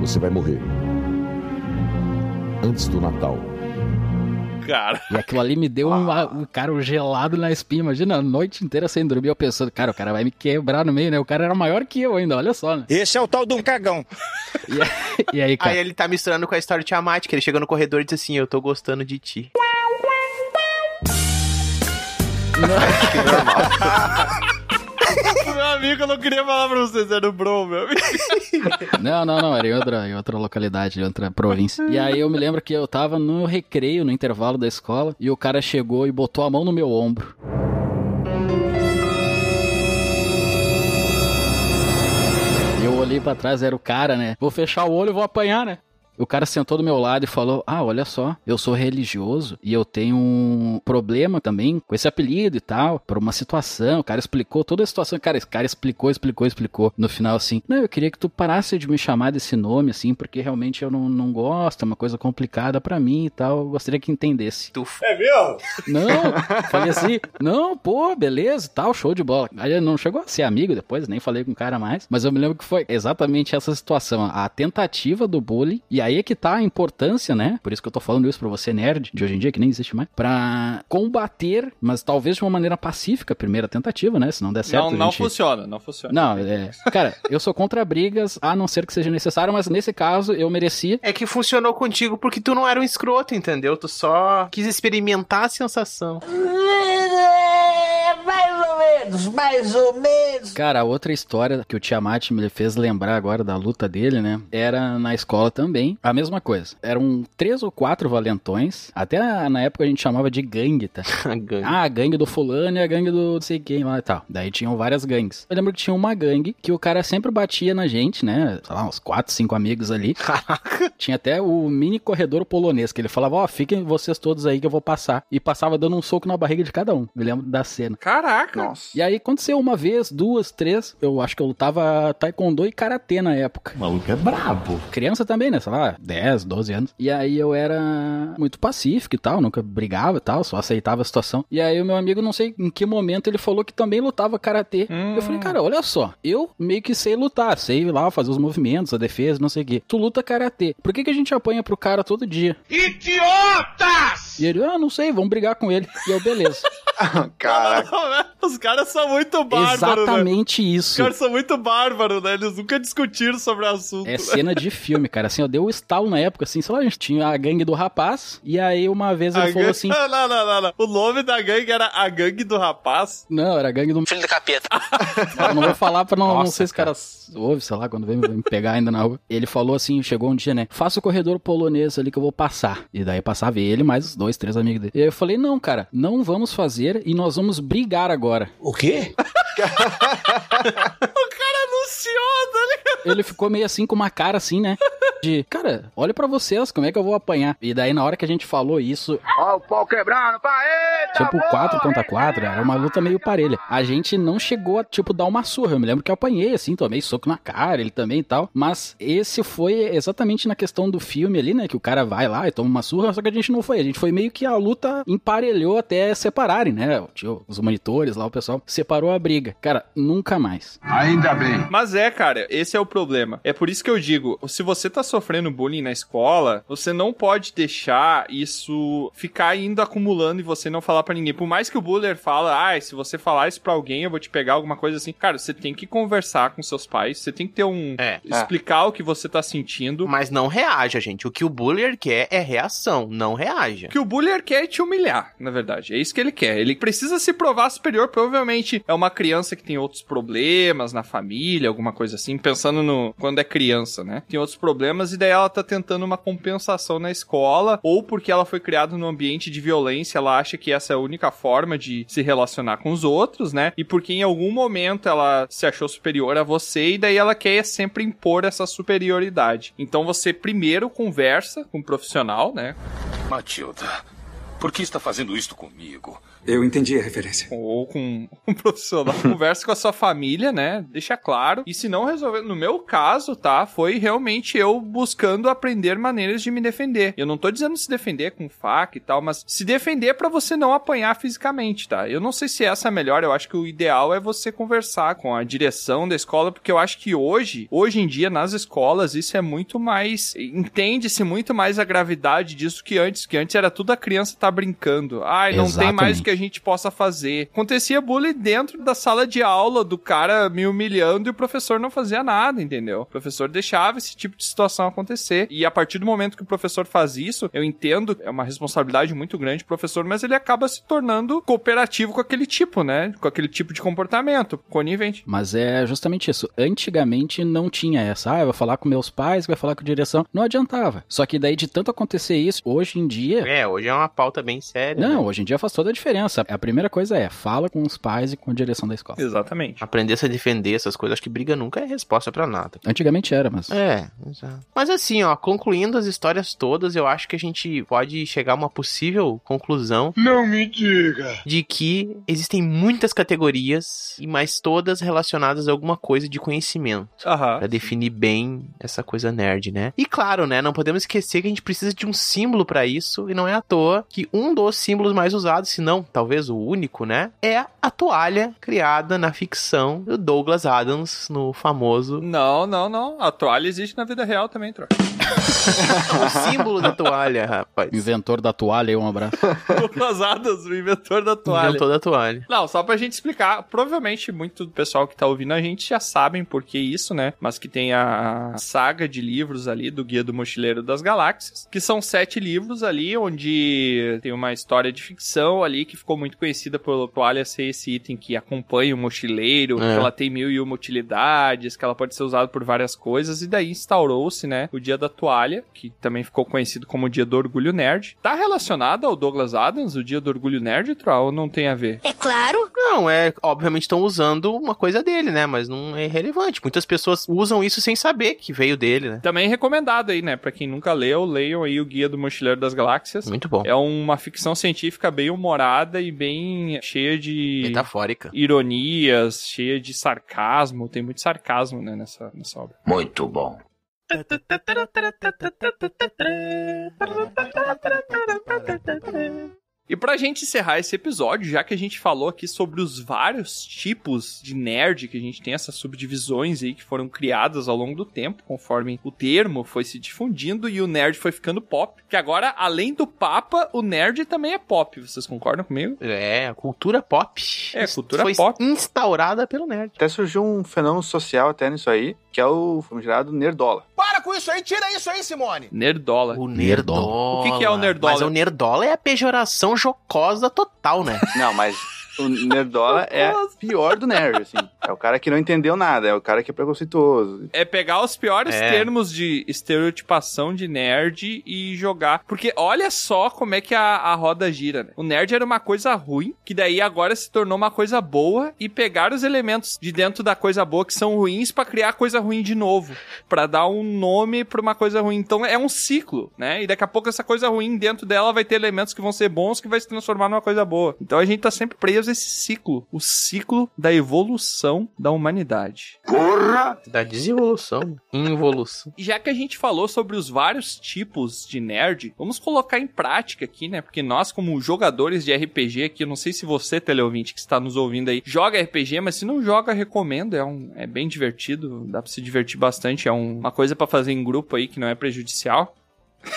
Speaker 13: Você vai morrer. Antes do Natal.
Speaker 1: Cara.
Speaker 3: E aquilo ali me deu uma- um cara um gelado na espinha. Imagina, a noite inteira sem dormir, eu pensando, cara, o cara vai me quebrar no meio, né? O cara era maior que eu ainda, olha só, né?
Speaker 2: Esse é o tal do cagão.
Speaker 3: E aí, cara?
Speaker 2: Aí ele tá misturando com a história de Tiamat, que ele chega no corredor e diz assim, eu tô gostando de ti.
Speaker 1: meu amigo, eu não queria falar pra vocês, era o Bro, meu amigo.
Speaker 3: Não, não, não, era em outra, em outra localidade, em outra província. E aí eu me lembro que eu tava no recreio, no intervalo da escola, e o cara chegou e botou a mão no meu ombro. Eu olhei pra trás, era o cara, né? Vou fechar o olho e vou apanhar, né? O cara sentou do meu lado e falou: Ah, olha só, eu sou religioso e eu tenho um problema também com esse apelido e tal, por uma situação. O cara explicou toda a situação. Cara, esse cara explicou, explicou, explicou. No final, assim, não, eu queria que tu parasse de me chamar desse nome, assim, porque realmente eu não, não gosto, é uma coisa complicada pra mim e tal. Eu gostaria que entendesse.
Speaker 2: Tu
Speaker 1: É meu?
Speaker 3: não, falei assim, não, pô, beleza, e tal, show de bola. Aí ele não chegou a ser amigo depois, nem falei com o cara mais, mas eu me lembro que foi exatamente essa situação, a tentativa do bullying, e aí é que tá a importância, né? Por isso que eu tô falando isso pra você, nerd, de hoje em dia, que nem existe mais, pra combater, mas talvez de uma maneira pacífica, a primeira tentativa, né? Se não der certo,
Speaker 1: não,
Speaker 3: a
Speaker 1: não
Speaker 3: gente-
Speaker 1: funciona, não funciona.
Speaker 3: Não, é. Cara, eu sou contra brigas, a não ser que seja necessário, mas nesse caso eu mereci.
Speaker 2: É que funcionou contigo porque tu não era um escroto, entendeu? Tu só quis experimentar a sensação.
Speaker 5: É, Mais ou menos, mais ou menos.
Speaker 3: Cara, a outra história que o Tiamat me fez lembrar agora da luta dele, né? Era na escola também. A mesma coisa. Eram três ou quatro valentões. Até na, na época a gente chamava de gangue, tá? Ah, a gangue do fulano e a gangue do não sei quem lá e tal. Daí tinham várias gangues. Eu lembro que tinha uma gangue que o cara sempre batia na gente, né? Sei lá, uns quatro, cinco amigos ali. Caraca! Tinha até o mini corredor polonês, que ele falava, ó, fiquem vocês todos aí que eu vou passar. E passava dando um soco na barriga de cada um. Me lembro da cena.
Speaker 1: Caraca!
Speaker 3: E aí aconteceu uma vez, duas, três. Eu acho que eu lutava taekwondo e karatê na época. O maluco é brabo. Criança também, né? Sei lá, 10, 12 anos. E aí eu era muito pacífico e tal, nunca brigava e tal, só aceitava a situação. E aí o meu amigo, não sei em que momento, ele falou que também lutava karatê. Eu falei, cara, olha só, eu meio que sei lutar, sei lá fazer os movimentos, a defesa, não sei o quê. Tu luta karatê. Por que, que a gente apanha pro cara todo dia? Idiotas! E ele, ah, não sei, vamos brigar com ele. E eu, beleza.
Speaker 4: Caraca.
Speaker 1: Os caras são muito bárbaros, né?
Speaker 3: Exatamente
Speaker 1: Os
Speaker 3: isso.
Speaker 1: caras são muito bárbaros, né? Eles nunca discutiram sobre o assunto.
Speaker 3: É cena de filme, cara. Assim, eu dei o estalo na época, assim, sei lá, a gente tinha a gangue do rapaz, e aí uma vez ele
Speaker 1: A
Speaker 3: falou
Speaker 1: gangue-
Speaker 3: assim.
Speaker 1: Não, não, não, não, não. O nome da gangue era a gangue do rapaz.
Speaker 3: Não, era a gangue do.
Speaker 1: Filho do capeta.
Speaker 3: Eu não vou falar pra não, não sei se o cara ouve, sei lá, quando vem vem me pegar ainda na rua. Ele falou assim, chegou um dia, né? Faça o corredor polonês ali que eu vou passar. E daí passava ele mais os dois, três amigos dele. E aí eu falei, não, cara, não vamos fazer brincadeira e nós vamos brigar agora.
Speaker 6: O quê?
Speaker 1: O cara anunciou, tá ligado?
Speaker 3: Ele ficou meio assim com uma cara assim, né? De, cara, olha pra vocês, como é que eu vou apanhar? E daí na hora que a gente falou isso,
Speaker 11: Ó, o pau quebrando, pá, eita!
Speaker 3: tipo 4 contra 4, era uma luta meio parelha. A gente não chegou a, tipo, dar uma surra. Eu me lembro que eu apanhei assim, tomei soco na cara, ele também e tal. Mas esse foi exatamente na questão do filme ali, né? Que o cara vai lá e toma uma surra, só que a gente não foi. A gente foi meio que a luta emparelhou até separarem, né? O tio- Os monitores lá, o pessoal, separou a briga. Cara, nunca mais.
Speaker 1: Ainda bem. Mas é, cara, esse é o problema. É por isso que eu digo, se você tá sofrendo bullying na escola, você não pode deixar isso ficar ainda acumulando e você não falar pra ninguém. Por mais que o buller fala, ah, se você falar isso pra alguém, eu vou te pegar alguma coisa assim. Cara, você tem que conversar com seus pais, você tem que ter um... Explicar o que você tá sentindo.
Speaker 2: Mas não reaja, gente. O que o bullying quer é reação, não reaja.
Speaker 1: Que o bullying quer é te humilhar, na verdade. É isso que ele quer. Ele precisa se provar superior. Provavelmente é uma criança que tem outros problemas na família, alguma coisa assim. Pensando no quando é criança, né? Tem outros problemas e daí ela tá tentando uma compensação na escola ou porque ela foi criada num ambiente de violência, ela acha que essa é a única forma de se relacionar com os outros, né? E porque em algum momento ela se achou superior a você e daí ela quer sempre impor essa superioridade. Então você primeiro conversa com o profissional, né?
Speaker 14: Matilda, por que está fazendo isto comigo?
Speaker 1: Eu entendi a referência. Ou com um profissional. Conversa com a sua família, né? Deixa claro. E se não resolver, no meu caso, tá? Foi realmente eu buscando aprender maneiras de me defender. Eu não tô dizendo se defender com faca e tal, mas se defender pra você não apanhar fisicamente, tá? Eu não sei se essa é a melhor. Eu acho que o ideal é você conversar com a direção da escola, porque eu acho que hoje, hoje em dia, nas escolas, isso é muito mais. Entende-se muito mais a gravidade disso que antes. Que antes era tudo a criança tá brincando. Ai, não tem mais
Speaker 3: Exatamente.
Speaker 1: o que a gente possa fazer. Acontecia bullying dentro da sala de aula do cara me humilhando e o professor não fazia nada, entendeu? O professor deixava esse tipo de situação acontecer. E a partir do momento que o professor faz isso, eu entendo, é uma responsabilidade muito grande o professor, mas ele acaba se tornando cooperativo com aquele tipo, né? Com aquele tipo de comportamento, conivente.
Speaker 3: Mas é justamente isso. Antigamente não tinha essa. Ah, eu vou falar com meus pais, vai falar com a direção. Não adiantava. Só que daí de tanto acontecer isso, hoje em dia.
Speaker 2: É, hoje é uma pauta bem séria. né?
Speaker 3: Não, hoje em dia faz toda a diferença. A primeira coisa é, fala com os pais e com a direção da escola.
Speaker 1: Exatamente.
Speaker 2: Aprender a se defender, essas coisas, acho que briga nunca é resposta pra nada.
Speaker 3: Antigamente era, mas.
Speaker 2: É, exato. Mas assim, ó, concluindo as histórias todas, eu acho que a gente pode chegar a uma possível conclusão. Não me diga! De que existem muitas categorias, e mais todas relacionadas a alguma coisa de conhecimento.
Speaker 1: Aham.
Speaker 2: Pra definir bem essa coisa nerd, né? E claro, né, não podemos esquecer que a gente precisa de um símbolo pra isso, e não é à toa que um dos símbolos mais usados, se não talvez o único, né, é a toalha criada na ficção do Douglas Adams no famoso
Speaker 1: Não, não, não. A toalha existe na vida real também, troca.
Speaker 2: o símbolo da toalha, rapaz.
Speaker 3: Inventor da toalha, aí, um abraço.
Speaker 1: Douglas Adams, o inventor da toalha.
Speaker 2: Inventor da toalha.
Speaker 1: Não, só pra gente explicar, provavelmente muito do pessoal que tá ouvindo a gente já sabem por que isso, né? Mas que tem a saga de livros ali do Guia do Mochileiro das Galáxias, que são sete livros ali, onde tem uma história de ficção ali que ficou muito conhecida pelo toalha ser esse item que acompanha o mochileiro,
Speaker 2: É.
Speaker 1: que ela tem mil e uma utilidades, que ela pode ser usada por várias coisas, e daí instaurou-se, né, o Dia da Toalha, que também ficou conhecido como o Dia do Orgulho Nerd. Tá relacionado ao Douglas Adams, o Dia do Orgulho Nerd, Troll, ou não tem a ver?
Speaker 2: Claro. Não, é. Obviamente estão usando uma coisa dele, né? Mas não é relevante. Muitas pessoas usam isso sem saber que veio dele, né?
Speaker 1: Também recomendado aí, né? Pra quem nunca leu, leiam aí o Guia do Mochileiro das Galáxias.
Speaker 2: Muito bom.
Speaker 1: É uma ficção científica bem humorada e bem cheia de...
Speaker 2: Metafórica.
Speaker 1: Ironias, cheia de sarcasmo. Tem muito sarcasmo, né, nessa, nessa obra.
Speaker 14: Muito bom.
Speaker 1: E pra gente encerrar esse episódio, já que a gente falou aqui sobre os vários tipos de nerd que a gente tem, essas subdivisões aí que foram criadas ao longo do tempo, conforme o termo foi se difundindo e o nerd foi ficando pop, que agora, além do papa, o nerd também é pop. Vocês concordam comigo?
Speaker 2: É, a cultura pop.
Speaker 1: É, a cultura
Speaker 2: Foi
Speaker 1: pop.
Speaker 2: instaurada pelo nerd.
Speaker 4: Até surgiu um fenômeno social até nisso aí, que é o famigerado nerdola.
Speaker 11: Para com isso aí, tira isso aí, Simone!
Speaker 1: Nerdola.
Speaker 2: O nerdola.
Speaker 1: O que, que é o nerdola?
Speaker 2: Mas o nerdola é a pejoração jocosa total, né?
Speaker 4: Não, mas o nerdola é pior do nerd, assim. É o cara que não entendeu nada, é o cara que é preconceituoso.
Speaker 1: É pegar os piores
Speaker 4: É.
Speaker 1: termos de estereotipação de nerd e jogar. Porque olha só como é que a, a roda gira, né? O nerd era uma coisa ruim, que daí agora se tornou uma coisa boa e pegar os elementos de dentro da coisa boa que são ruins pra criar coisa ruim de novo. Pra dar um nome pra uma coisa ruim. Então é um ciclo, né? E daqui a pouco essa coisa ruim dentro dela vai ter elementos que vão ser bons que vai se transformar numa coisa boa. Então a gente tá sempre preso a esse ciclo. O ciclo da evolução da humanidade.
Speaker 2: Porra! Da desevolução. Involução.
Speaker 1: E Já que a gente falou sobre os vários tipos de nerd, vamos colocar em prática aqui, né? Porque nós, como jogadores de RPG aqui, eu não sei se você, teleouvinte, que está nos ouvindo aí, joga RPG, mas se não joga, recomendo. É, um, é bem divertido, dá pra se divertir bastante. É um- uma coisa pra fazer em grupo aí que não é prejudicial.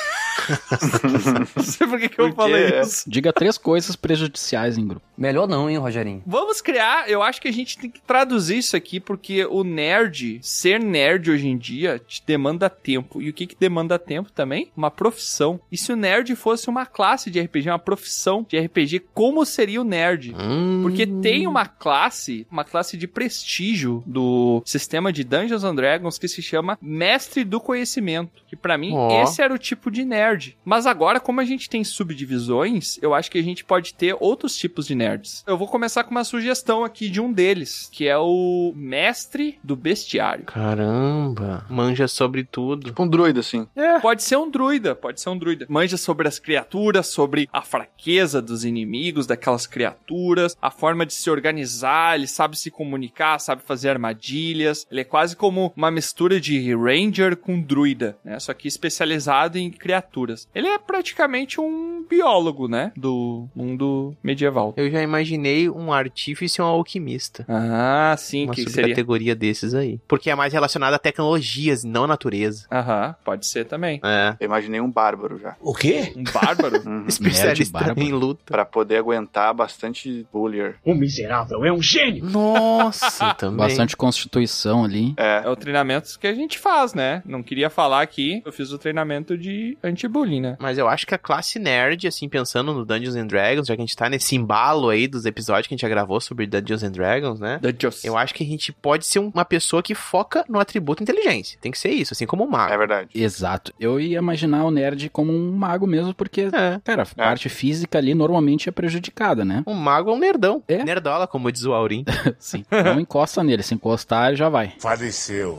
Speaker 1: não sei por que, que eu falei isso.
Speaker 3: Diga três coisas prejudiciais em grupo.
Speaker 15: Melhor não, hein, Rogerinho?
Speaker 1: Vamos criar, eu acho que a gente tem que traduzir isso aqui, porque o nerd, ser nerd hoje em dia, te demanda tempo. E o que que demanda tempo também? Uma profissão. E se o nerd fosse uma classe de RPG, uma profissão de RPG, como seria o nerd?
Speaker 2: Hum.
Speaker 1: Porque tem uma classe, uma classe de prestígio do sistema de Dungeons and Dragons que se chama Mestre do Conhecimento. Que pra mim,
Speaker 2: Ó.
Speaker 1: esse era o tipo de nerd. Mas agora, como a gente tem subdivisões, eu acho que a gente pode ter outros tipos de nerds. Eu vou começar com uma sugestão aqui de um deles, que é o mestre do bestiário.
Speaker 2: Caramba. Manja sobre tudo. Tipo
Speaker 4: um druida, assim.
Speaker 1: Pode ser um druida, pode ser um druida. Manja sobre as criaturas, sobre a fraqueza dos inimigos, daquelas criaturas, a forma de se organizar, ele sabe se comunicar, sabe fazer armadilhas. Ele é quase como uma mistura de ranger com druida, né? Só que especializado em criaturas. Ele é praticamente um biólogo, né? Do mundo medieval.
Speaker 2: Eu já imaginei um artífice e um alquimista.
Speaker 1: Ah, sim,
Speaker 2: Uma
Speaker 1: que que seria?
Speaker 2: subcategoria desses aí. Porque é mais relacionada a tecnologias, não à natureza.
Speaker 1: Aham, pode ser também.
Speaker 2: É.
Speaker 4: Eu imaginei um bárbaro já. Uhum.
Speaker 2: O quê?
Speaker 1: Um bárbaro?
Speaker 2: Especialista em luta.
Speaker 4: Pra poder aguentar bastante bullier.
Speaker 2: O miserável é um gênio. Nossa, também.
Speaker 3: Bastante constituição ali.
Speaker 4: É.
Speaker 1: o treinamento que a gente faz, né? Não queria falar aqui, eu fiz o treinamento de anti-bullying, né?
Speaker 2: Mas eu acho que a classe nerd, assim, pensando no Dungeons and Dragons, já que a gente tá nesse embalo aí dos episódios que a gente já gravou sobre Dungeons and Dragons, né?
Speaker 1: Dungeons.
Speaker 2: Eu acho que a gente pode ser uma pessoa que foca no atributo inteligência. Tem que ser isso, assim como o mago. É
Speaker 4: verdade.
Speaker 3: Exato. Eu ia imaginar o nerd como um mago mesmo, porque,
Speaker 2: É.
Speaker 3: cara, a parte física ali normalmente é prejudicada, né?
Speaker 2: Um mago é um nerdão. Nerdola, como diz o Aurim.
Speaker 3: Sim. Não encosta nele, se encostar já vai.
Speaker 2: Faleceu.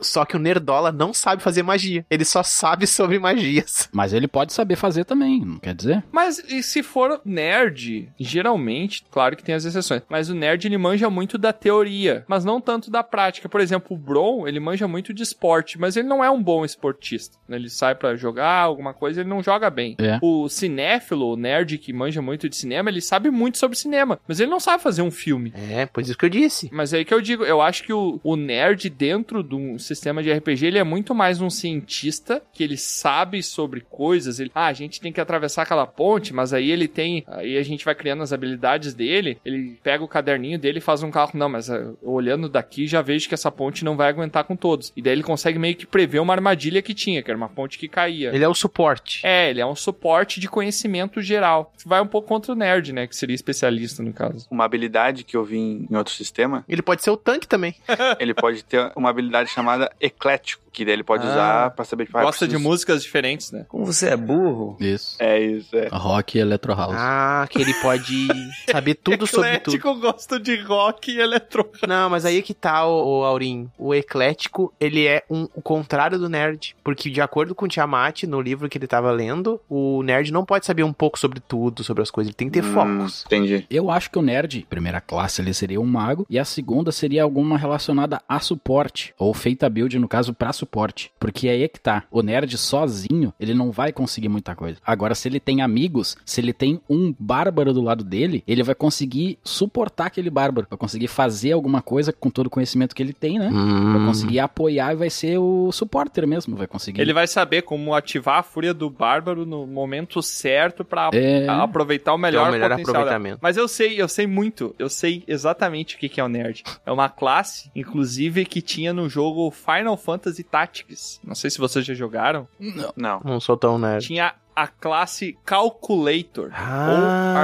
Speaker 2: Só que o nerdola não sabe fazer magia. Ele só sabe sobre magias.
Speaker 3: Mas ele pode saber fazer também, não quer dizer?
Speaker 1: Mas e se for nerd, geralmente, claro que tem as exceções, mas o nerd ele manja muito da teoria, mas não tanto da prática. Por exemplo, o Bron, ele manja muito de esporte, mas ele não é um bom esportista. né? Ele sai pra jogar alguma coisa, ele não joga bem.
Speaker 3: É.
Speaker 1: O cinéfilo, o nerd que manja muito de cinema, ele sabe muito sobre cinema, mas ele não sabe fazer um filme.
Speaker 2: É, pois isso que eu disse.
Speaker 1: Mas é aí que eu digo, eu acho que o, o nerd dentro de um sistema de RPG, ele é muito mais um cientista, que ele sabe sobre coisas, ele, ah, a gente tem que atravessar aquela ponte, mas aí ele tem, aí a gente vai criando as habilidades dele, ele pega o caderninho dele e faz um carro, não, mas ah, olhando daqui já vejo que essa ponte não vai aguentar com todos. E daí ele consegue meio que prever uma armadilha que tinha, que era uma ponte que caía.
Speaker 2: Ele é o suporte.
Speaker 1: É, ele é um suporte de conhecimento geral. Vai um pouco contra o nerd, né, que seria especialista no caso.
Speaker 4: Uma habilidade que eu vi em em outro sistema.
Speaker 2: Ele pode ser o tanque também.
Speaker 4: ele pode ter uma habilidade chamada eclético, que daí ele pode
Speaker 1: Ah.
Speaker 4: usar pra saber... ah,
Speaker 1: Gosta de
Speaker 4: preciso-
Speaker 1: músicas diferentes, né?
Speaker 4: Como você é burro.
Speaker 3: Isso.
Speaker 4: É isso, é.
Speaker 3: Rock e Electro House.
Speaker 2: Ah, que ele pode saber tudo sobre tudo.
Speaker 1: Eclético gosta de rock e eletrônico.
Speaker 2: Não, mas aí que tá, o, Aurim. O eclético, ele é um, o contrário do nerd. Porque, de acordo com o Tiamat, no livro que ele tava lendo, o nerd não pode saber um pouco sobre tudo, sobre as coisas. Ele tem que ter
Speaker 1: Hum.
Speaker 2: focos.
Speaker 4: Hum, Entendi.
Speaker 3: Eu acho que o nerd, primeira classe, ele seria um mago, e a segunda seria alguma relacionada a suporte, ou feita build, no caso, pra suporte. Porque aí é que tá. O nerd sozinho, ele não vai conseguir muita coisa. Agora, se ele tem amigos, se ele tem um bárbaro do lado dele, ele vai conseguir suportar aquele bárbaro, vai conseguir fazer alguma coisa com todo o conhecimento que ele tem, né?
Speaker 2: Hum.
Speaker 3: Vai conseguir apoiar e vai ser o supporter mesmo, vai conseguir.
Speaker 1: Ele vai saber como ativar a fúria do bárbaro no momento certo pra
Speaker 3: É.
Speaker 1: a- aproveitar o melhor,
Speaker 2: Ter o melhor
Speaker 1: potencial dela.
Speaker 2: aproveitamento.
Speaker 1: Mas eu sei, eu sei muito, eu sei exatamente o que que é o nerd. É uma classe, inclusive, que tinha no jogo Final Fantasy Tactics. Não sei se vocês já jogaram.
Speaker 3: Não.
Speaker 4: Não.
Speaker 2: Não sou tão nerd.
Speaker 1: Tinha a classe Calculator
Speaker 2: Ah.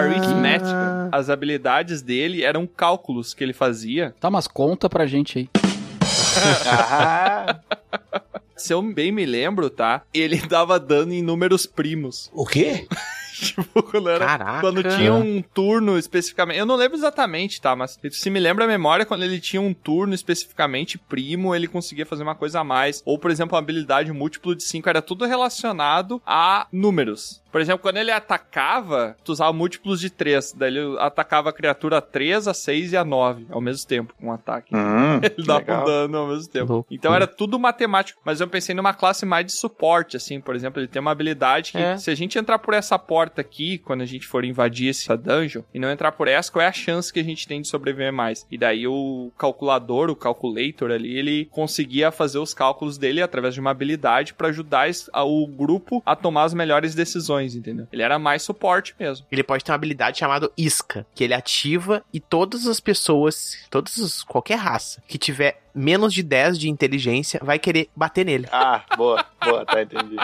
Speaker 1: ou Arithmética. As habilidades dele eram cálculos que ele fazia.
Speaker 3: Tá, mas conta pra gente aí.
Speaker 4: Ah.
Speaker 1: Se eu bem me lembro, tá? Ele dava dano em números primos.
Speaker 3: O quê?
Speaker 1: tipo, quando era.
Speaker 3: Caraca.
Speaker 1: Quando tinha um turno especificamente. Eu não lembro exatamente, tá? Mas se me lembra a memória, quando ele tinha um turno especificamente primo, ele conseguia fazer uma coisa a mais. Ou, por exemplo, uma habilidade múltiplo de 5 era tudo relacionado a números. Por exemplo, quando ele atacava, tu usava múltiplos de 3. Daí ele atacava a criatura 3, a 6 e a 9 ao mesmo tempo, com um ataque.
Speaker 4: Hum,
Speaker 1: ele dava
Speaker 4: legal.
Speaker 1: um dano ao mesmo tempo. Então era tudo matemático. Mas eu pensei numa classe mais de suporte, assim. Por exemplo, ele tem uma habilidade que,
Speaker 2: É.
Speaker 1: se a gente entrar por essa porta aqui, quando a gente for invadir essa dungeon, e não entrar por essa, qual é a chance que a gente tem de sobreviver mais? E daí o calculador, o calculator ali, ele conseguia fazer os cálculos dele através de uma habilidade pra ajudar es- a- o grupo a tomar as melhores decisões, entendeu? Ele era mais suporte mesmo.
Speaker 2: Ele pode ter uma habilidade chamada isca, que ele ativa e todas as pessoas, todas as- qualquer raça que tiver menos de 10 de inteligência vai querer bater nele.
Speaker 4: Ah, boa, boa, tá, entendi.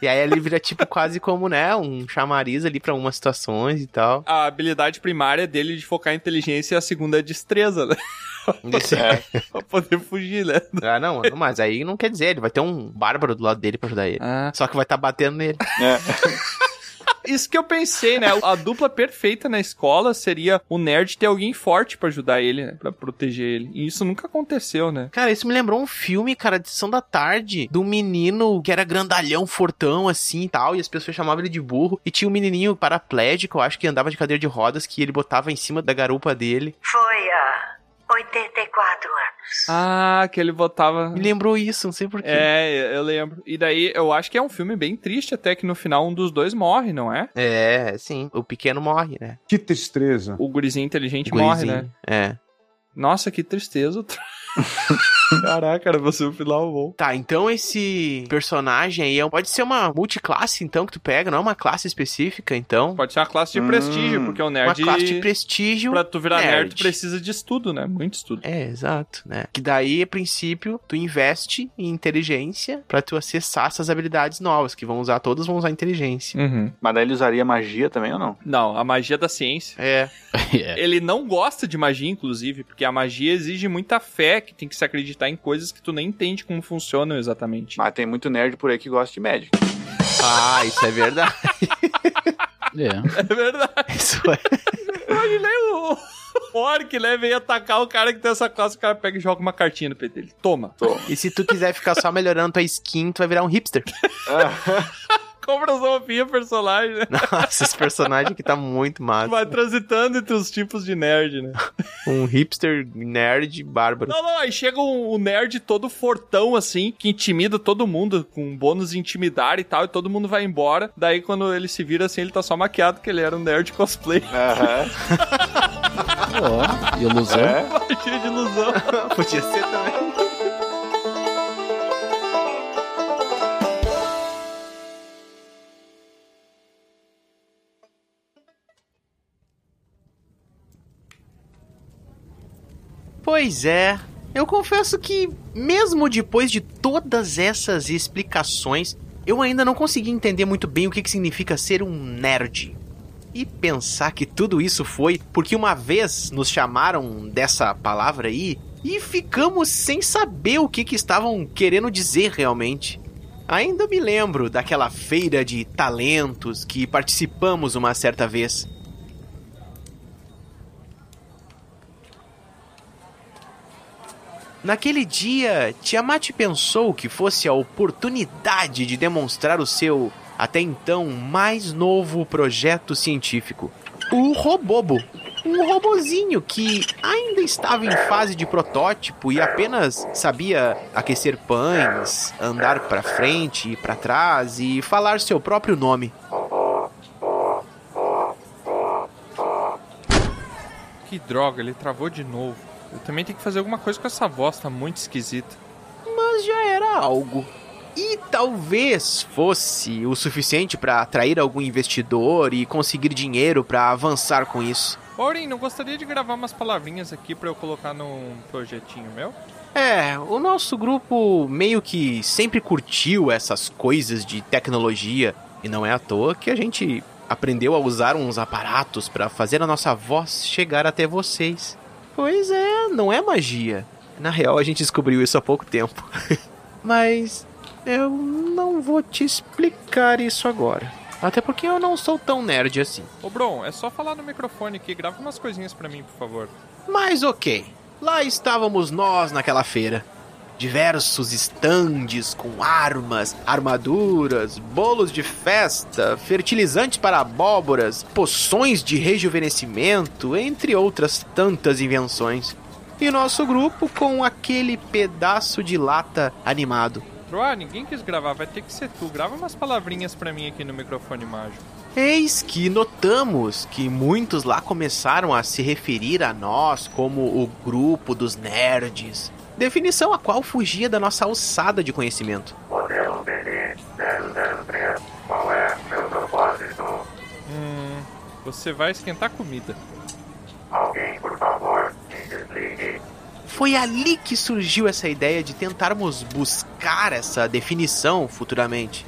Speaker 2: E aí ele vira tipo quase como, né, um chamariz ali pra umas situações e tal.
Speaker 1: A habilidade primária dele de focar em inteligência e a segunda é destreza, né? pra poder fugir, né?
Speaker 2: Ah, não, não, mas aí não quer dizer, ele vai ter um bárbaro do lado dele pra ajudar ele.
Speaker 1: Ah.
Speaker 2: Só que vai estar batendo nele.
Speaker 1: Isso que eu pensei, né? A dupla perfeita na escola seria o nerd ter alguém forte pra ajudar ele, né? Pra proteger ele. E isso nunca aconteceu, né?
Speaker 2: Cara, isso me lembrou um filme, cara, de sessão da tarde, do menino que era grandalhão, fortão, assim e tal, e as pessoas chamavam ele de burro. E tinha um menininho paraplégico, eu acho que andava de cadeira de rodas, que ele botava em cima da garupa dele.
Speaker 15: Foi há 84 anos.
Speaker 1: Ah, que ele botava. Me
Speaker 2: lembrou isso, não sei porquê.
Speaker 1: É, eu lembro. E daí, eu acho que é um filme bem triste, até que no final um dos dois morre, não é?
Speaker 2: É, sim. O pequeno morre, né?
Speaker 1: Que tristeza. O gurizinho inteligente morre,
Speaker 2: Gurizinho,
Speaker 1: né?
Speaker 2: É.
Speaker 1: Nossa, que tristeza. Caraca, era você o final bom.
Speaker 2: Tá, então esse personagem aí é um- pode ser uma multiclasse, então, que tu pega, não é uma classe específica, então.
Speaker 1: Pode ser uma classe de prestígio, porque o nerd.
Speaker 2: Uma classe de prestígio.
Speaker 1: Pra tu virar nerd,
Speaker 2: nerd.
Speaker 1: tu precisa de estudo, né? Muito estudo.
Speaker 2: É, exato, né? Que daí, a princípio, tu investe em inteligência pra tu acessar essas habilidades novas, que vão usar, todas vão usar inteligência.
Speaker 4: Mas daí ele usaria magia também ou não?
Speaker 1: Uhum. Não, a magia da ciência.
Speaker 2: É.
Speaker 1: Ele não gosta de magia, inclusive, porque a magia exige muita fé, que tem que se acreditar em coisas que tu nem entende como funcionam exatamente.
Speaker 4: Mas tem muito nerd por aí que gosta de médico.
Speaker 2: Ah, isso é verdade.
Speaker 1: É verdade.
Speaker 2: Isso
Speaker 1: é. Imaginei o o orc, né? Vem atacar o cara que tem essa classe, o cara pega e joga uma cartinha no PT. Ele toma.
Speaker 2: E se tu quiser ficar só melhorando tua skin, tu vai virar um hipster.
Speaker 4: Ah,
Speaker 1: Compra as roupinhas, personagem, né?
Speaker 2: Nossa, esse personagem aqui tá muito massa.
Speaker 1: Vai transitando entre os tipos de nerd, né?
Speaker 2: Um hipster nerd bárbaro.
Speaker 1: Não, não, aí chega um, um nerd todo fortão, assim, que intimida todo mundo, com um bônus de intimidar e tal, e todo mundo vai embora. Daí, quando ele se vira, assim, ele tá só maquiado, que ele era um nerd cosplay.
Speaker 3: Ó, ilusão.
Speaker 1: É? Magia de ilusão.
Speaker 2: Podia ser também. Pois é. Eu confesso que, mesmo depois de todas essas explicações, eu ainda não consegui entender muito bem o que, que significa ser um nerd. E pensar que tudo isso foi porque uma vez nos chamaram dessa palavra aí e ficamos sem saber o que, que estavam querendo dizer realmente. Ainda me lembro daquela feira de talentos que participamos uma certa vez. Naquele dia, Tiamat pensou que fosse a oportunidade de demonstrar o seu, até então, mais novo projeto científico. O Robobo. Um robozinho que ainda estava em fase de protótipo e apenas sabia aquecer pães, andar para frente e para trás e falar seu próprio nome.
Speaker 1: Que droga, ele travou de novo. Eu também tenho que fazer alguma coisa com essa voz, tá muito esquisita.
Speaker 2: mas já era algo. E talvez fosse o suficiente para atrair algum investidor e conseguir dinheiro para avançar com isso.
Speaker 1: Orin, não gostaria de gravar umas palavrinhas aqui pra eu colocar num projetinho meu?
Speaker 2: É, o nosso grupo meio que sempre curtiu essas coisas de tecnologia E não é à toa que a gente aprendeu a usar uns aparatos para fazer a nossa voz chegar até vocês. Pois é, não é magia. Na real, a gente descobriu isso há pouco tempo. Mas eu não vou te explicar isso agora. Até porque eu não sou tão nerd assim.
Speaker 1: Ô, Bron, é só falar no microfone aqui. Grava umas coisinhas pra mim, por favor.
Speaker 2: Mas ok, lá estávamos nós naquela feira. Diversos estandes com armas, armaduras, bolos de festa, fertilizantes para abóboras, poções de rejuvenescimento, entre outras tantas invenções. E o nosso grupo com aquele pedaço de lata animado.
Speaker 1: Broa, ninguém quis gravar, vai ter que ser tu. Grava umas palavrinhas pra mim aqui no microfone mágico.
Speaker 2: Eis que notamos que muitos lá começaram a se referir a nós como o grupo dos nerds. Definição a qual fugia da nossa alçada de conhecimento.
Speaker 16: Podemos pedir, entender qual é seu propósito.
Speaker 1: Hum, você vai esquentar comida.
Speaker 16: Alguém, por favor, me desligue.
Speaker 2: Foi ali que surgiu essa ideia de tentarmos buscar essa definição futuramente.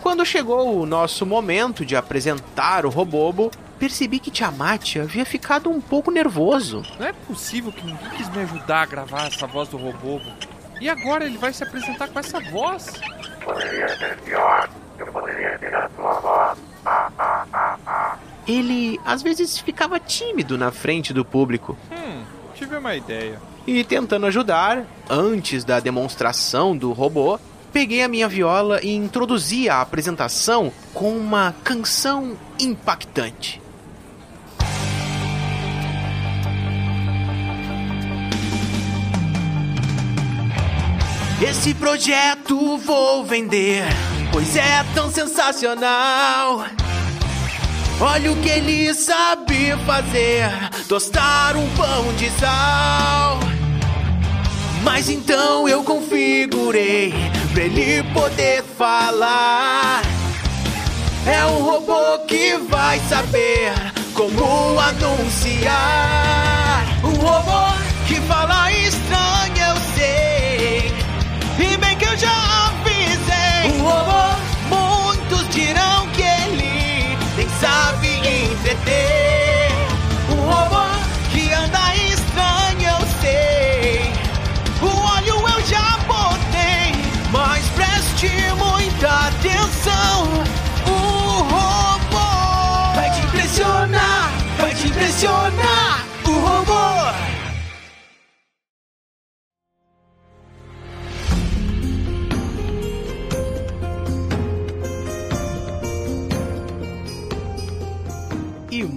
Speaker 2: Quando chegou o nosso momento de apresentar o Robobo, percebi que Tiamat havia ficado um pouco nervoso.
Speaker 1: Não é possível que ninguém quis me ajudar a gravar essa voz do Robobo. E agora ele vai se apresentar com essa voz?
Speaker 16: Poderia ser pior. Eu poderia ter a sua voz. Ah, ah, ah, ah.
Speaker 2: Ele às vezes ficava tímido na frente do público.
Speaker 1: Hum, tive uma ideia.
Speaker 2: E tentando ajudar, antes da demonstração do robô, peguei a minha viola e introduzi a apresentação com uma canção impactante. Esse projeto vou vender, pois é tão sensacional. Olha o que ele sabe fazer: tostar um pão de sal. Mas então eu configurei pra ele poder falar. É um robô que vai saber como anunciar. Um robô que fala estranho, eu sei. E bem que eu já avisei. Um robô, muitos dirão que ele nem sabe entreter. Um robô que anda estranho, eu sei. O óleo eu já botei, mas preste muita atenção. O robô vai te impressionar, vai te impressionar. O robô.
Speaker 17: E